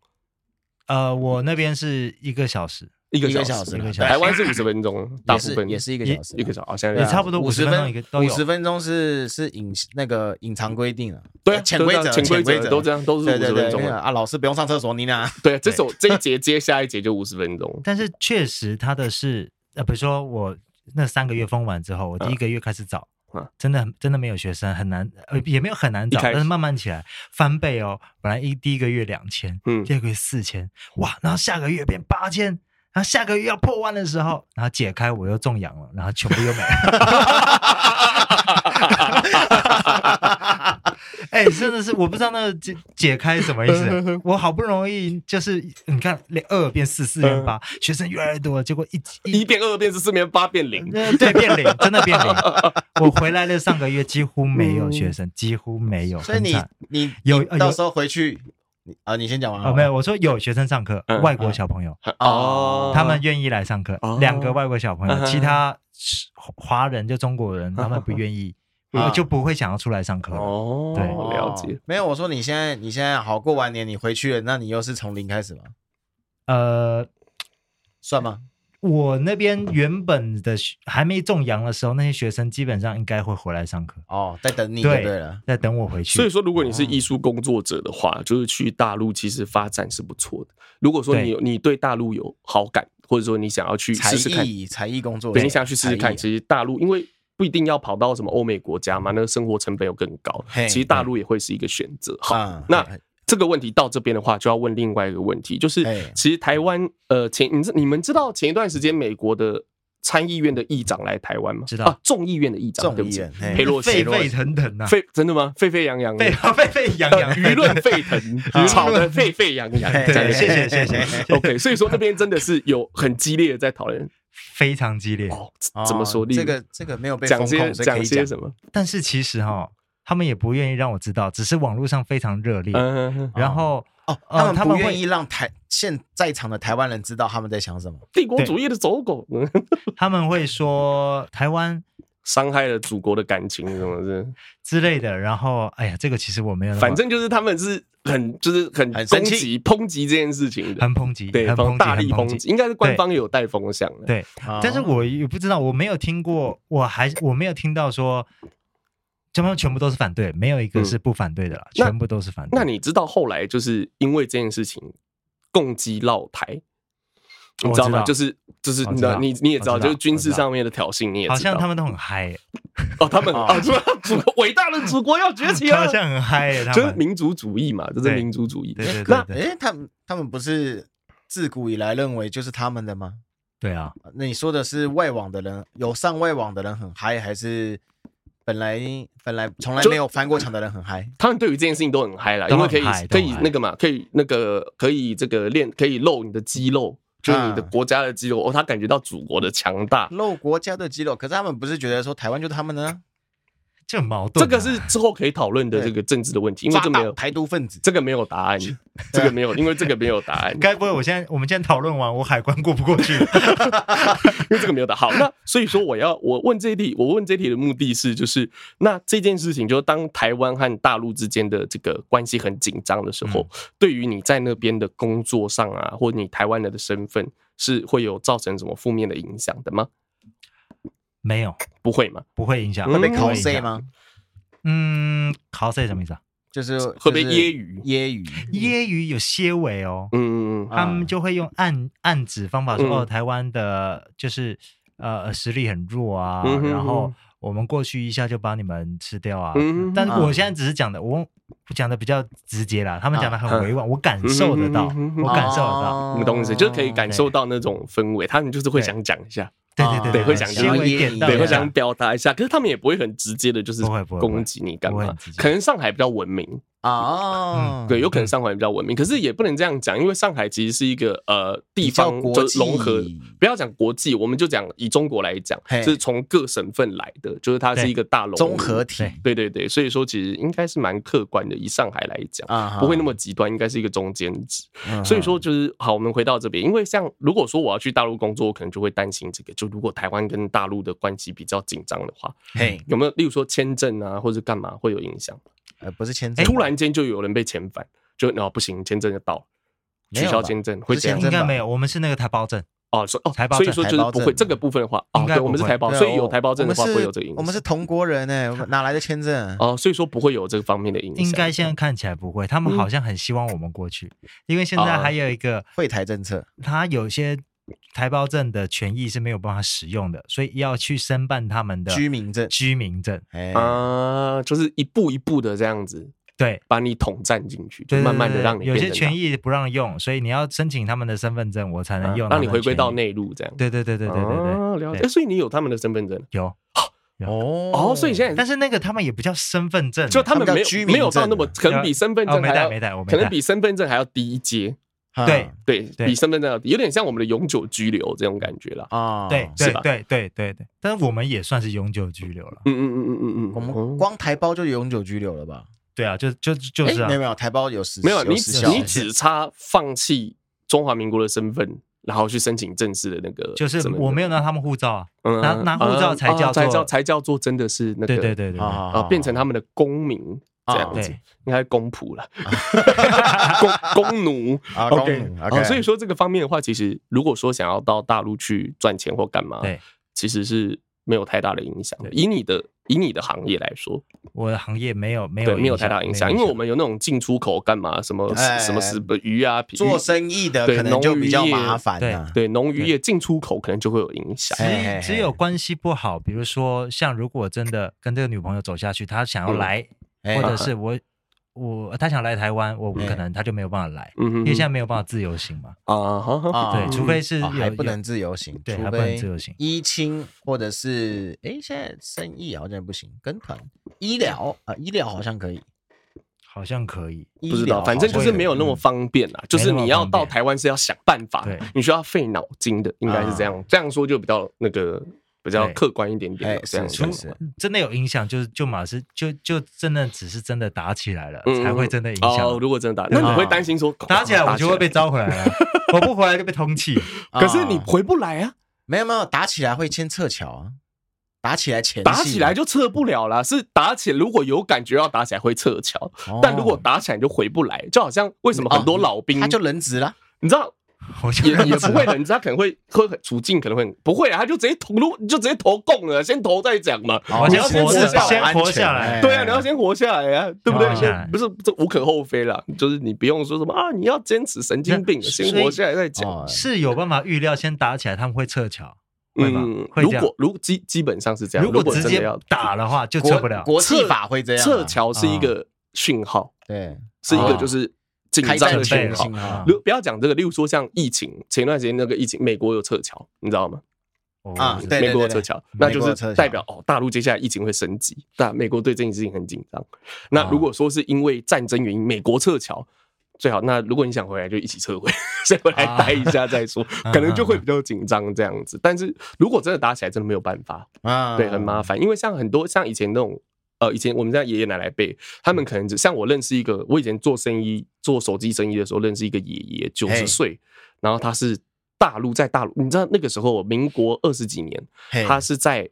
S2: 呃，我那边是一个小时，
S1: 一个
S3: 一个
S1: 小
S3: 小时
S1: 时
S3: 嘛
S2: 一个，小时
S1: 台湾是五十分钟，大
S3: 也
S1: 部
S3: 是
S1: 分
S3: 也是一个
S2: 也
S3: 小时啊，
S1: 一个小时，好哦像
S2: 也差不多
S3: 五十
S2: 50分钟一个都有
S3: 五十分钟是是隐那个隐藏规定啊，
S1: 对啊，
S3: 潜规
S1: 对
S3: 则
S1: 啊潜规
S3: 规
S1: 则都这样，都是
S3: 对
S1: 五
S3: 对
S1: 十
S3: 对
S1: 分钟
S3: 对
S1: 啊。
S3: 啊，老师不用上厕所，你俩
S1: 对，啊这首这一节接下一节就五十分钟，
S2: 但是确实他的是，呃，比如说我那三个月封完之后，我第一个月开始找。
S1: 嗯
S2: 真的很真的没有学生很难，呃，也没有很难找，
S1: 一开始
S2: 但是慢慢起来翻倍哦。本来一第一个月两千，
S1: 嗯
S2: 第二个月四千，哇，然后下个月变八千，然后下个月要破万的时候，然后解开我又中奖了，然后全部又没了。哎、真的是我不知道那个解解开是什么意思。我好不容易就是你看，连二变四，四变八，学生越来越多，结果一
S1: 一变二变是四变八变零，
S2: 呃对变零，真的变零。我回来的上个月几乎没有学生，几乎没有。
S3: 嗯所以你
S2: 哦很惨
S3: 你
S2: 有
S3: 你
S2: 呃有
S3: 到时候回去你啊，你先讲完好
S2: 哦
S3: 了
S2: 没有，我说有学生上课
S1: 嗯，
S2: 外国小朋友
S1: 哦
S2: 他们愿意来上课
S1: 哦，
S2: 两个外国小朋
S1: 嗯
S2: 友，其他是华人就中国人，他们不愿意呃
S3: 嗯，
S2: 就不会想要出来上课。
S1: 哦，
S2: 对
S1: 了解
S3: 哦。没有，我说你现在你现在好过完年，你回去了，那你又是从零开始吗？
S2: 呃，
S3: 算吗？
S2: 我那边原本的学还没中阳的时候，那些学生基本上应该会回来上课，
S3: 哦，在等你就对了。
S2: 在等我回去。
S1: 所以说，如果你是艺术工作者的话，就是去大陆其实发展是不错的。如果说你
S2: 对
S1: 有你对大陆有好感，或者说你想要去
S3: 才
S1: 试试看，
S3: 艺才艺工作者，
S1: 对，你想去试试
S2: 哎
S1: 看，
S3: 才艺
S1: 其实大陆因为不一定要跑到什么欧美国家嘛，那个生活成本又更高，
S3: 嘿
S1: 其实大陆也会是一个选择。好
S3: 啊，
S1: 那这个问题到这边的话，就要问另外一个问题，就是
S3: 哎
S1: 其实台湾呃前你知你们知道前一段时间美国的参议院的议长来台湾吗？
S2: 知道
S1: 啊，众议院的议长，
S3: 众
S1: 对不
S3: 议
S1: 起
S3: 院，嘿
S1: 佩洛西
S2: 沸沸腾啊腾 呐，
S1: 沸真的吗？沸沸扬扬的，
S2: 沸沸沸扬
S1: 呃
S2: 扬，
S1: 舆论沸腾，
S3: 啊
S1: 吵得沸沸扬扬。
S3: 嘿
S1: 这样
S2: 对，
S1: 子
S2: 谢谢谢谢谢谢
S1: OK，所以说那边真的是有很激烈的在讨论
S2: 非常激烈。
S1: 哦，怎么说？
S3: 哦
S1: 例如
S3: 这个这个没有被
S1: 讲
S3: 封
S1: 些
S3: 控，所以可
S1: 讲
S3: 以
S1: 些
S3: 讲
S1: 什么？
S2: 但是其实哈，他们也不愿意让我知道，只是网络上非常热烈。
S1: 嗯，嗯嗯
S2: 然后
S3: 哦，
S2: 呃
S3: 他
S2: 他
S3: 们不
S2: 们会
S3: 愿意让台现在场的台湾人知道他们在想什么。
S1: 帝国主义的走狗，嗯
S2: 他们会说台湾
S1: 伤害了祖国的感情，什么是？
S2: 之类的，然后哎呀，这个其实我没有那么，
S1: 反正就是他们是很就是很
S3: 很
S1: 攻
S3: 生
S1: 击
S3: 气
S1: 抨击这件事情的
S2: 很，抨击，
S1: 对，
S2: 很抨击，
S1: 大力
S2: 很
S1: 抨击，应哦该是官方有带风向的。
S2: 对，
S3: 啊
S2: 但是我也不知道，我没有听过，我还我没有听到说，他们全部都是反对，没有一个是不反对的啦，
S1: 嗯那
S2: 全部都是反对。
S1: 那你知道后来就是因为这件事情共机绕台，你
S2: 我
S1: 知道吗？
S2: 知道
S1: 就是就是
S2: 我
S1: 你
S2: 知
S1: 知道
S2: 道
S1: 你你也
S2: 我
S1: 知
S2: 知
S1: 道，
S2: 道
S1: 就是军事
S2: 我知道
S1: 上面的挑衅，你也
S2: 好
S1: 知道
S2: 像他们都 很嗨耶，
S1: 哦，他们哦，主祖国伟大的祖国要崛起
S2: 好
S1: 了，
S2: 像很嗨 耶，他
S1: 就是
S2: 们
S1: 民族主义嘛，这是
S2: 对
S1: 民族主义。
S2: 对对
S1: 那
S2: 对对
S3: 哎，他们他们不是自古以来认为就是他们的吗？
S2: 对啊，
S3: 那你说的是外网的人有上外网的人很嗨，还是本来本来从来
S1: 就
S3: 没有翻过墙的人很嗨？
S1: 他们对于这件事情都很嗨啦，
S2: 都
S1: 因为
S2: 很
S1: 可以
S2: 嗨
S1: 可
S2: 都
S1: 以
S2: 很嗨
S1: 那个嘛，可以那个可以这个练，可以露你的肌肉，就是你的
S3: 嗯
S1: 国家的肌肉。哦，他感觉到祖国的强大，
S3: 露国家的肌肉，可是他们不是觉得说台湾就是他们呢？
S2: 就很矛盾
S1: 这
S2: 啊。
S1: 个是之后可以讨论的这个政治的问题，因为
S3: 抓
S1: 这没有
S3: 到台独分子，
S1: 这个没有 答案，这个没有，因为这个没有答案，
S2: 该不会我现在我们现在讨论完，我海关过不过去？
S1: 因 为这个没有答案。好，那所以说我要我问这一题，我问这一题的目的是，就是那这件事情，就是当台湾和大陆之间的这个关系很紧张的时候，
S2: 嗯
S1: 对于你在那边的工作上啊，或你台湾人的身份，是会有造成什么负面的影响的吗？
S2: 没有，
S1: 不会嘛？
S2: 不会影响，
S1: 会被
S3: 被
S1: 嗯
S3: 考
S2: 考
S3: 试吗？
S2: 嗯，考试什么意思啊？
S3: 就是
S1: 会被
S3: 就是
S1: 揶揄
S3: 揶揄，
S2: 揶揄有些尾哦，
S1: 嗯，
S3: 啊
S2: 他们就会用暗暗指方法说，
S1: 嗯
S2: 哦，台湾的就是呃实力很弱啊，
S1: 嗯哼
S2: 然后
S1: 哼
S2: 我们过去一下就把你们吃掉啊。
S1: 嗯
S2: 但是我
S3: 嗯
S2: 现在只是讲的，我我讲的比较直接啦，他们讲的很委婉，我感
S1: 嗯
S2: 受
S1: 哼
S2: 得到
S1: 哼哼，
S2: 我感受得到。
S3: 哦
S1: 你懂我意思，就是可以感受到那种氛围，他们就是会想讲一下，
S2: 对
S3: 哦
S2: 对
S1: 对
S2: 对，
S1: 会想
S2: 稍微
S3: 要
S2: 点到
S3: 对
S1: 对，会
S2: 一下
S1: 想表达一下，可是他们也不会很直接的，就是
S2: 不会不会不会
S1: 攻击你干
S2: 不会
S1: 嘛
S2: 很直？接
S1: 可能上海比较文明，
S2: 嗯
S3: 哦，
S1: 对，有可能上海比较文明，可是也不能这样讲，因为上海其实是一个呃地
S3: 比较
S1: 方
S3: 国
S1: 就
S3: 际
S1: 融合，不要讲国际，我们就讲以中国来讲，
S3: 嘿
S1: 是从各省份来的，就是它是
S2: 对
S1: 一个大融
S3: 综合体
S2: 对
S1: 对对对，所以说其实应该是蛮客观的，以上海来讲。
S3: 啊，嗯
S1: 不会那么极端，应该是一个中间值。
S3: 么
S1: 所以说，就是好，我们回到这边，因为像如果说我要去大陆工作，我可能就会担心这个。就如果台湾跟大陆的关系比较紧张的话，
S3: 嘿，
S1: 有没有例如说签证啊，或者干嘛会有影响？
S3: 呃，不是签
S2: 哎
S3: 证，
S1: 突然间就有人被遣返，就哦不行，签证就到了，
S3: 没
S1: 取
S3: 有
S1: 消
S3: 吧
S1: 签证会这样
S3: 是
S1: 子
S2: 应
S3: 签证
S2: 该
S3: 吧
S2: 没有，我们是那个台胞证，
S1: 哦，所哦
S2: 台，胞
S1: 所以
S2: 证
S1: 说就
S3: 台
S1: 是
S3: 胞
S1: 不会
S3: 证
S1: 这个部分的话，哦，
S2: 应该
S1: 对，我们是
S2: 不会
S1: 台胞，
S3: 对啊
S1: 所以有
S3: 我
S1: 台胞证的话
S3: 我们
S1: 会
S3: 是
S1: 有这个影响。
S3: 我们是同国人呢，我们哪来的签证啊？
S1: 哦，所以说不会有这个方面的嗯影响。
S2: 应该现在看起来不会，他们好像很希望我们过去，因为现在
S1: 啊
S2: 还有一个
S3: 会台政策，
S2: 他有些台胞证的权益是没有办法使用的，所以要去申办他们的
S3: 居民证
S2: 居民证。
S3: 哎，
S1: 啊，就是一步一步的这样子
S2: 对，
S1: 把你统战进去，就
S2: 对对
S1: 慢慢的
S2: 对
S1: 让你
S2: 有
S1: 变
S2: 些
S1: 成
S2: 权益不让用，所以你要申请他们的身份证，我才
S1: 党
S2: 能
S1: 啊
S2: 用、
S1: 让你回归到。内陆这样。
S2: 对对对对对对对，
S1: 哦了解。
S2: 对
S1: 哎所以你有他们的身份证
S2: 有。
S3: 哦
S1: 哦，所以现在
S2: 但是那个他们也不叫身份证，
S1: 就他们
S3: 他
S1: 没
S3: 们叫居
S1: 有
S3: 民
S1: 没有到
S3: 证
S1: 那么，可能
S2: 啊
S1: 比身份
S2: 哦
S1: 证
S2: 没
S1: 还
S2: 带
S1: 要
S2: 没带，我没
S1: 可能
S2: 带。
S1: 比身份证还要低一阶。
S3: 哈
S2: 对
S1: 对，
S2: 对
S1: 比身份证要低，有点像我们的永久居留这种感觉啦。
S3: 啊，
S2: 对
S1: 是
S2: 对
S1: 吧
S2: 对对对对，但是我们也算是永久居留了。
S1: 嗯嗯嗯嗯嗯嗯，
S3: 我们
S1: 嗯
S3: 光台胞就永久居留了吧？
S2: 对啊，就就就是
S3: 哎
S2: 啊
S3: 没，有没有，台胞有时
S1: 没有啊你
S3: 时
S1: 只
S3: 效
S1: 你
S3: 的，
S1: 只差放弃中华民国的身份，然后去申请正式的那个
S2: 就
S1: 身份
S2: 是
S1: 证，
S2: 我没有拿他们护照啊，
S1: 嗯
S2: 拿拿护照
S1: 嗯
S2: 才叫
S1: 啊才叫
S2: 做
S1: 才叫做真的是那个
S2: 对对对对对，
S3: 啊
S1: 啊，变成他们的公民这样子
S2: 对，
S1: 应该是公仆 了，公公奴。
S3: 啊，
S1: OK，
S3: 公民
S1: 啊
S3: OK，
S1: 所以说这个方面的话，其实如果说想要到大陆去赚钱或干嘛，
S2: 对，
S1: 其实是没有太大的影响的。
S2: 对
S1: 以你的以你的行业来说，
S2: 我的行业没有没
S1: 对，
S2: 有
S1: 没有太大
S2: 没
S1: 影响，因为我们有那种进出口干嘛，什么
S3: 哎
S1: 什么什么鱼啊，皮
S3: 做生意的
S1: 对
S3: 可能就比较麻烦
S2: 农渔
S3: 了
S2: 业。
S1: 对农渔业进出口可能就会有影响
S3: 哎。嘿嘿
S2: 只只有关系不好，
S1: 嗯
S2: 比
S1: 啊
S2: 如说像如果真的跟这个女朋友走下去，她想要来，
S3: 哎
S2: 或者是我我他想来台湾，我
S3: 嗯
S2: 可能他就没有办法来，
S1: 哎嗯哼，
S2: 因为现在没有办法自由行嘛。
S1: 啊哈哈，
S3: 啊
S2: 对，除非是有、
S3: 啊还不
S2: 有
S3: 能自由行，
S2: 对
S3: 除
S2: 还不能
S3: 非
S2: 自由行
S3: 医青或者是哎，现在生意好像不行，跟团医疗啊，医疗好像可以，
S2: 好像可以，
S3: 医
S1: 不知
S3: 疗
S1: 道，反正就是没有那么
S3: 好像
S1: 方便啦。就是你要到台湾是要想办法
S2: 对，
S1: 你需要费脑筋的，应该是这样。这样说就比较那个比较
S2: 对
S1: 客观一点点
S3: 啊哎
S1: 了。这样
S3: 是
S1: 讲
S3: 是是
S2: 真的有影响，就是就马是就就真的只是真的打起来了，
S1: 嗯
S2: 才会真的影响。
S1: 哦，如果真的打，那你会担心说哦
S2: 打起来我就会被？招回来 了，我不回来就被通气。
S1: 可是你
S3: 啊
S1: 回不来啊，
S3: 没有没有打起来会牵撤桥啊，打起来前
S1: 打
S3: 戏啊
S1: 起
S3: 嘛
S1: 来就撤不了啦。是打起来，如果有感觉要打起来会撤侨，
S3: 哦
S1: 但如果打起来就回不来，就好像为什么很多老兵
S3: 嗯啊他就人质了，
S1: 你知 道
S2: 我就
S1: 也也不会人知，他可能会会很处境可能会很不会啊，他就直接投入，你就直接投共了，先投再讲嘛。
S3: 哦
S1: 你要先活
S2: 活
S1: 下来，
S2: 先活下来
S3: 哎哦
S1: 对啊，你要先活下来啊，对不对
S2: 活下来？
S1: 不是，这无可厚非啦，就是你不用说什么啊，你要坚持神经病，
S2: 那
S1: 先
S2: 所以
S1: 活下来再讲
S3: 哦。
S2: 是有办法预料，先打起来他们会撤侨，会吧
S1: 嗯？，
S2: 会
S1: 如
S2: 这样。
S1: 果如基基本上是这样，
S2: 如
S1: 啊如
S2: 果
S1: 果
S2: 直
S1: 真
S2: 接
S1: 的要
S2: 打的话，就
S3: 国
S2: 撤不了。
S3: 国际
S1: 撤
S3: 法会这样啊，
S1: 撤侨是一个讯号，
S3: 对
S1: 是一个
S2: 哦
S1: 就是紧
S3: 开
S1: 张
S3: 战
S1: 的
S2: 准备
S1: 讯
S2: 了
S3: 前
S1: 号
S3: 信。号
S2: 啊
S1: 如不要讲这个，例如说像疫情，前段时间那个疫情，美国有撤侨，你知道吗？
S2: 哦
S3: 啊
S2: 是
S3: 对
S1: 美国有撤侨，那就
S3: 美国有撤
S1: 是
S3: 侨
S1: 代表哦，大陆接下来疫情会升级，但美国对这件事情很紧张。
S3: 啊
S1: 那如果说是因为战争原因，美国撤侨。最好，那如果你想回来，就一起撤回， 先回来待一下再说，
S3: 啊
S1: 可能就会比较紧张这样子。但是如果真的打起来，真的没有办法，
S3: 啊，
S1: 对，很麻烦。因为像很多像以前那种，呃，以前我们家爷爷奶奶辈，他
S3: 嗯
S1: 们可能只像我认识一个，我以前做生意做手机生意的时候，认识一个爷爷，九
S3: 嘿
S1: 十岁，然后他是大陆在大陆，你知道那个时候民国二十几年，
S3: 嘿，
S1: 他是在。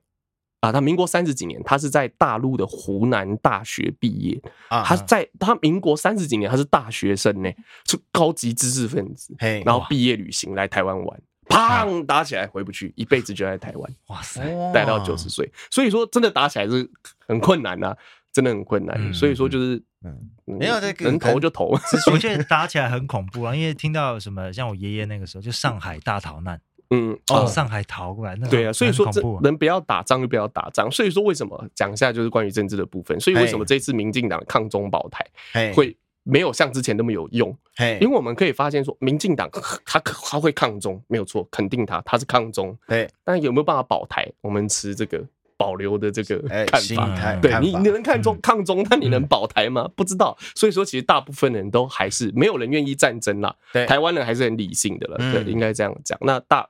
S1: 啊，他民国三十几年，他是在大陆的湖南大学毕业。
S3: 啊
S1: 他在他民国三十几年，他是大学生呢，是高级知识分子。
S3: 嘿啊
S1: 然后毕业旅行来台湾玩，砰打起来回不去，一辈子就在台湾。
S2: 哇塞，
S1: 待到九十，岁，所以说真的打起来是很困难呐、啊真的很困难。
S2: 嗯
S1: 所以说就是，
S3: 嗯
S1: 嗯，
S3: 没有这个
S1: 能投就投，
S2: 我觉得打起来很恐怖啊，因为听到什么，像我爷爷那个时候就上海大逃难，
S1: 嗯，
S2: 从
S1: 哦，
S2: 上海逃过来，那
S1: 对啊，所以说
S2: 很
S1: 这
S2: 恐怖啊
S1: 人不要打仗就不要打仗。所以说为什么讲一下就是关于政治的部分，所以为什么
S3: 嘿
S1: 这次民进党抗中保台
S3: 嘿
S1: 会没有像之前那么有用？
S3: 嘿，
S1: 因为我们可以发现说，民进党他他会抗中，没有错，肯定他他是抗中，
S3: 对，
S1: 但有没有办法保台？我们持这个保留的这个
S3: 哎，
S1: 看
S3: 心
S1: 法。
S3: 态，
S1: 对
S3: 看
S1: 你，
S3: 法
S1: 你能看中
S2: 嗯
S1: 抗中，但你能保台吗？不知道。所以说，其实大部分人都还是没有人愿意战争啦。
S3: 对
S1: 台湾人还是很理性的了，
S3: 嗯
S1: 对，应该这样讲。那大，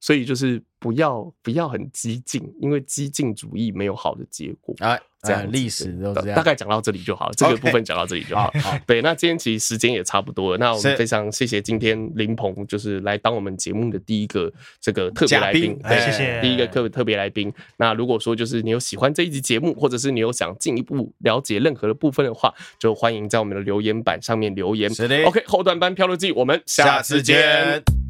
S1: 所以就是不要不要很激进，因为激进主义没有好的结果。
S3: 啊，
S1: 这样
S3: 啊
S1: 子
S3: 历史都
S1: 对
S3: 这样，
S1: 大概讲到这里就好了，这个
S3: OK
S1: 部分讲到这里就好
S3: 好。好，
S1: 对，那今天其实时间也差不多了，那我们
S3: 是
S1: 非常谢谢今天林鹏，就是来当我们节目的第一个这个特别
S3: 嘉
S1: 来
S3: 宾
S1: 宾，
S2: 哎
S1: 对
S2: 谢谢
S1: 第一个特特别来宾。那如果说就是你有喜欢这一集节目，或者是你有想进一步了解任何的部分的话，就欢迎在我们的留言板上面留言。
S3: 是的
S1: OK，后段班漂流记，我们
S3: 下
S1: 下
S3: 次
S1: 次见
S3: 见。。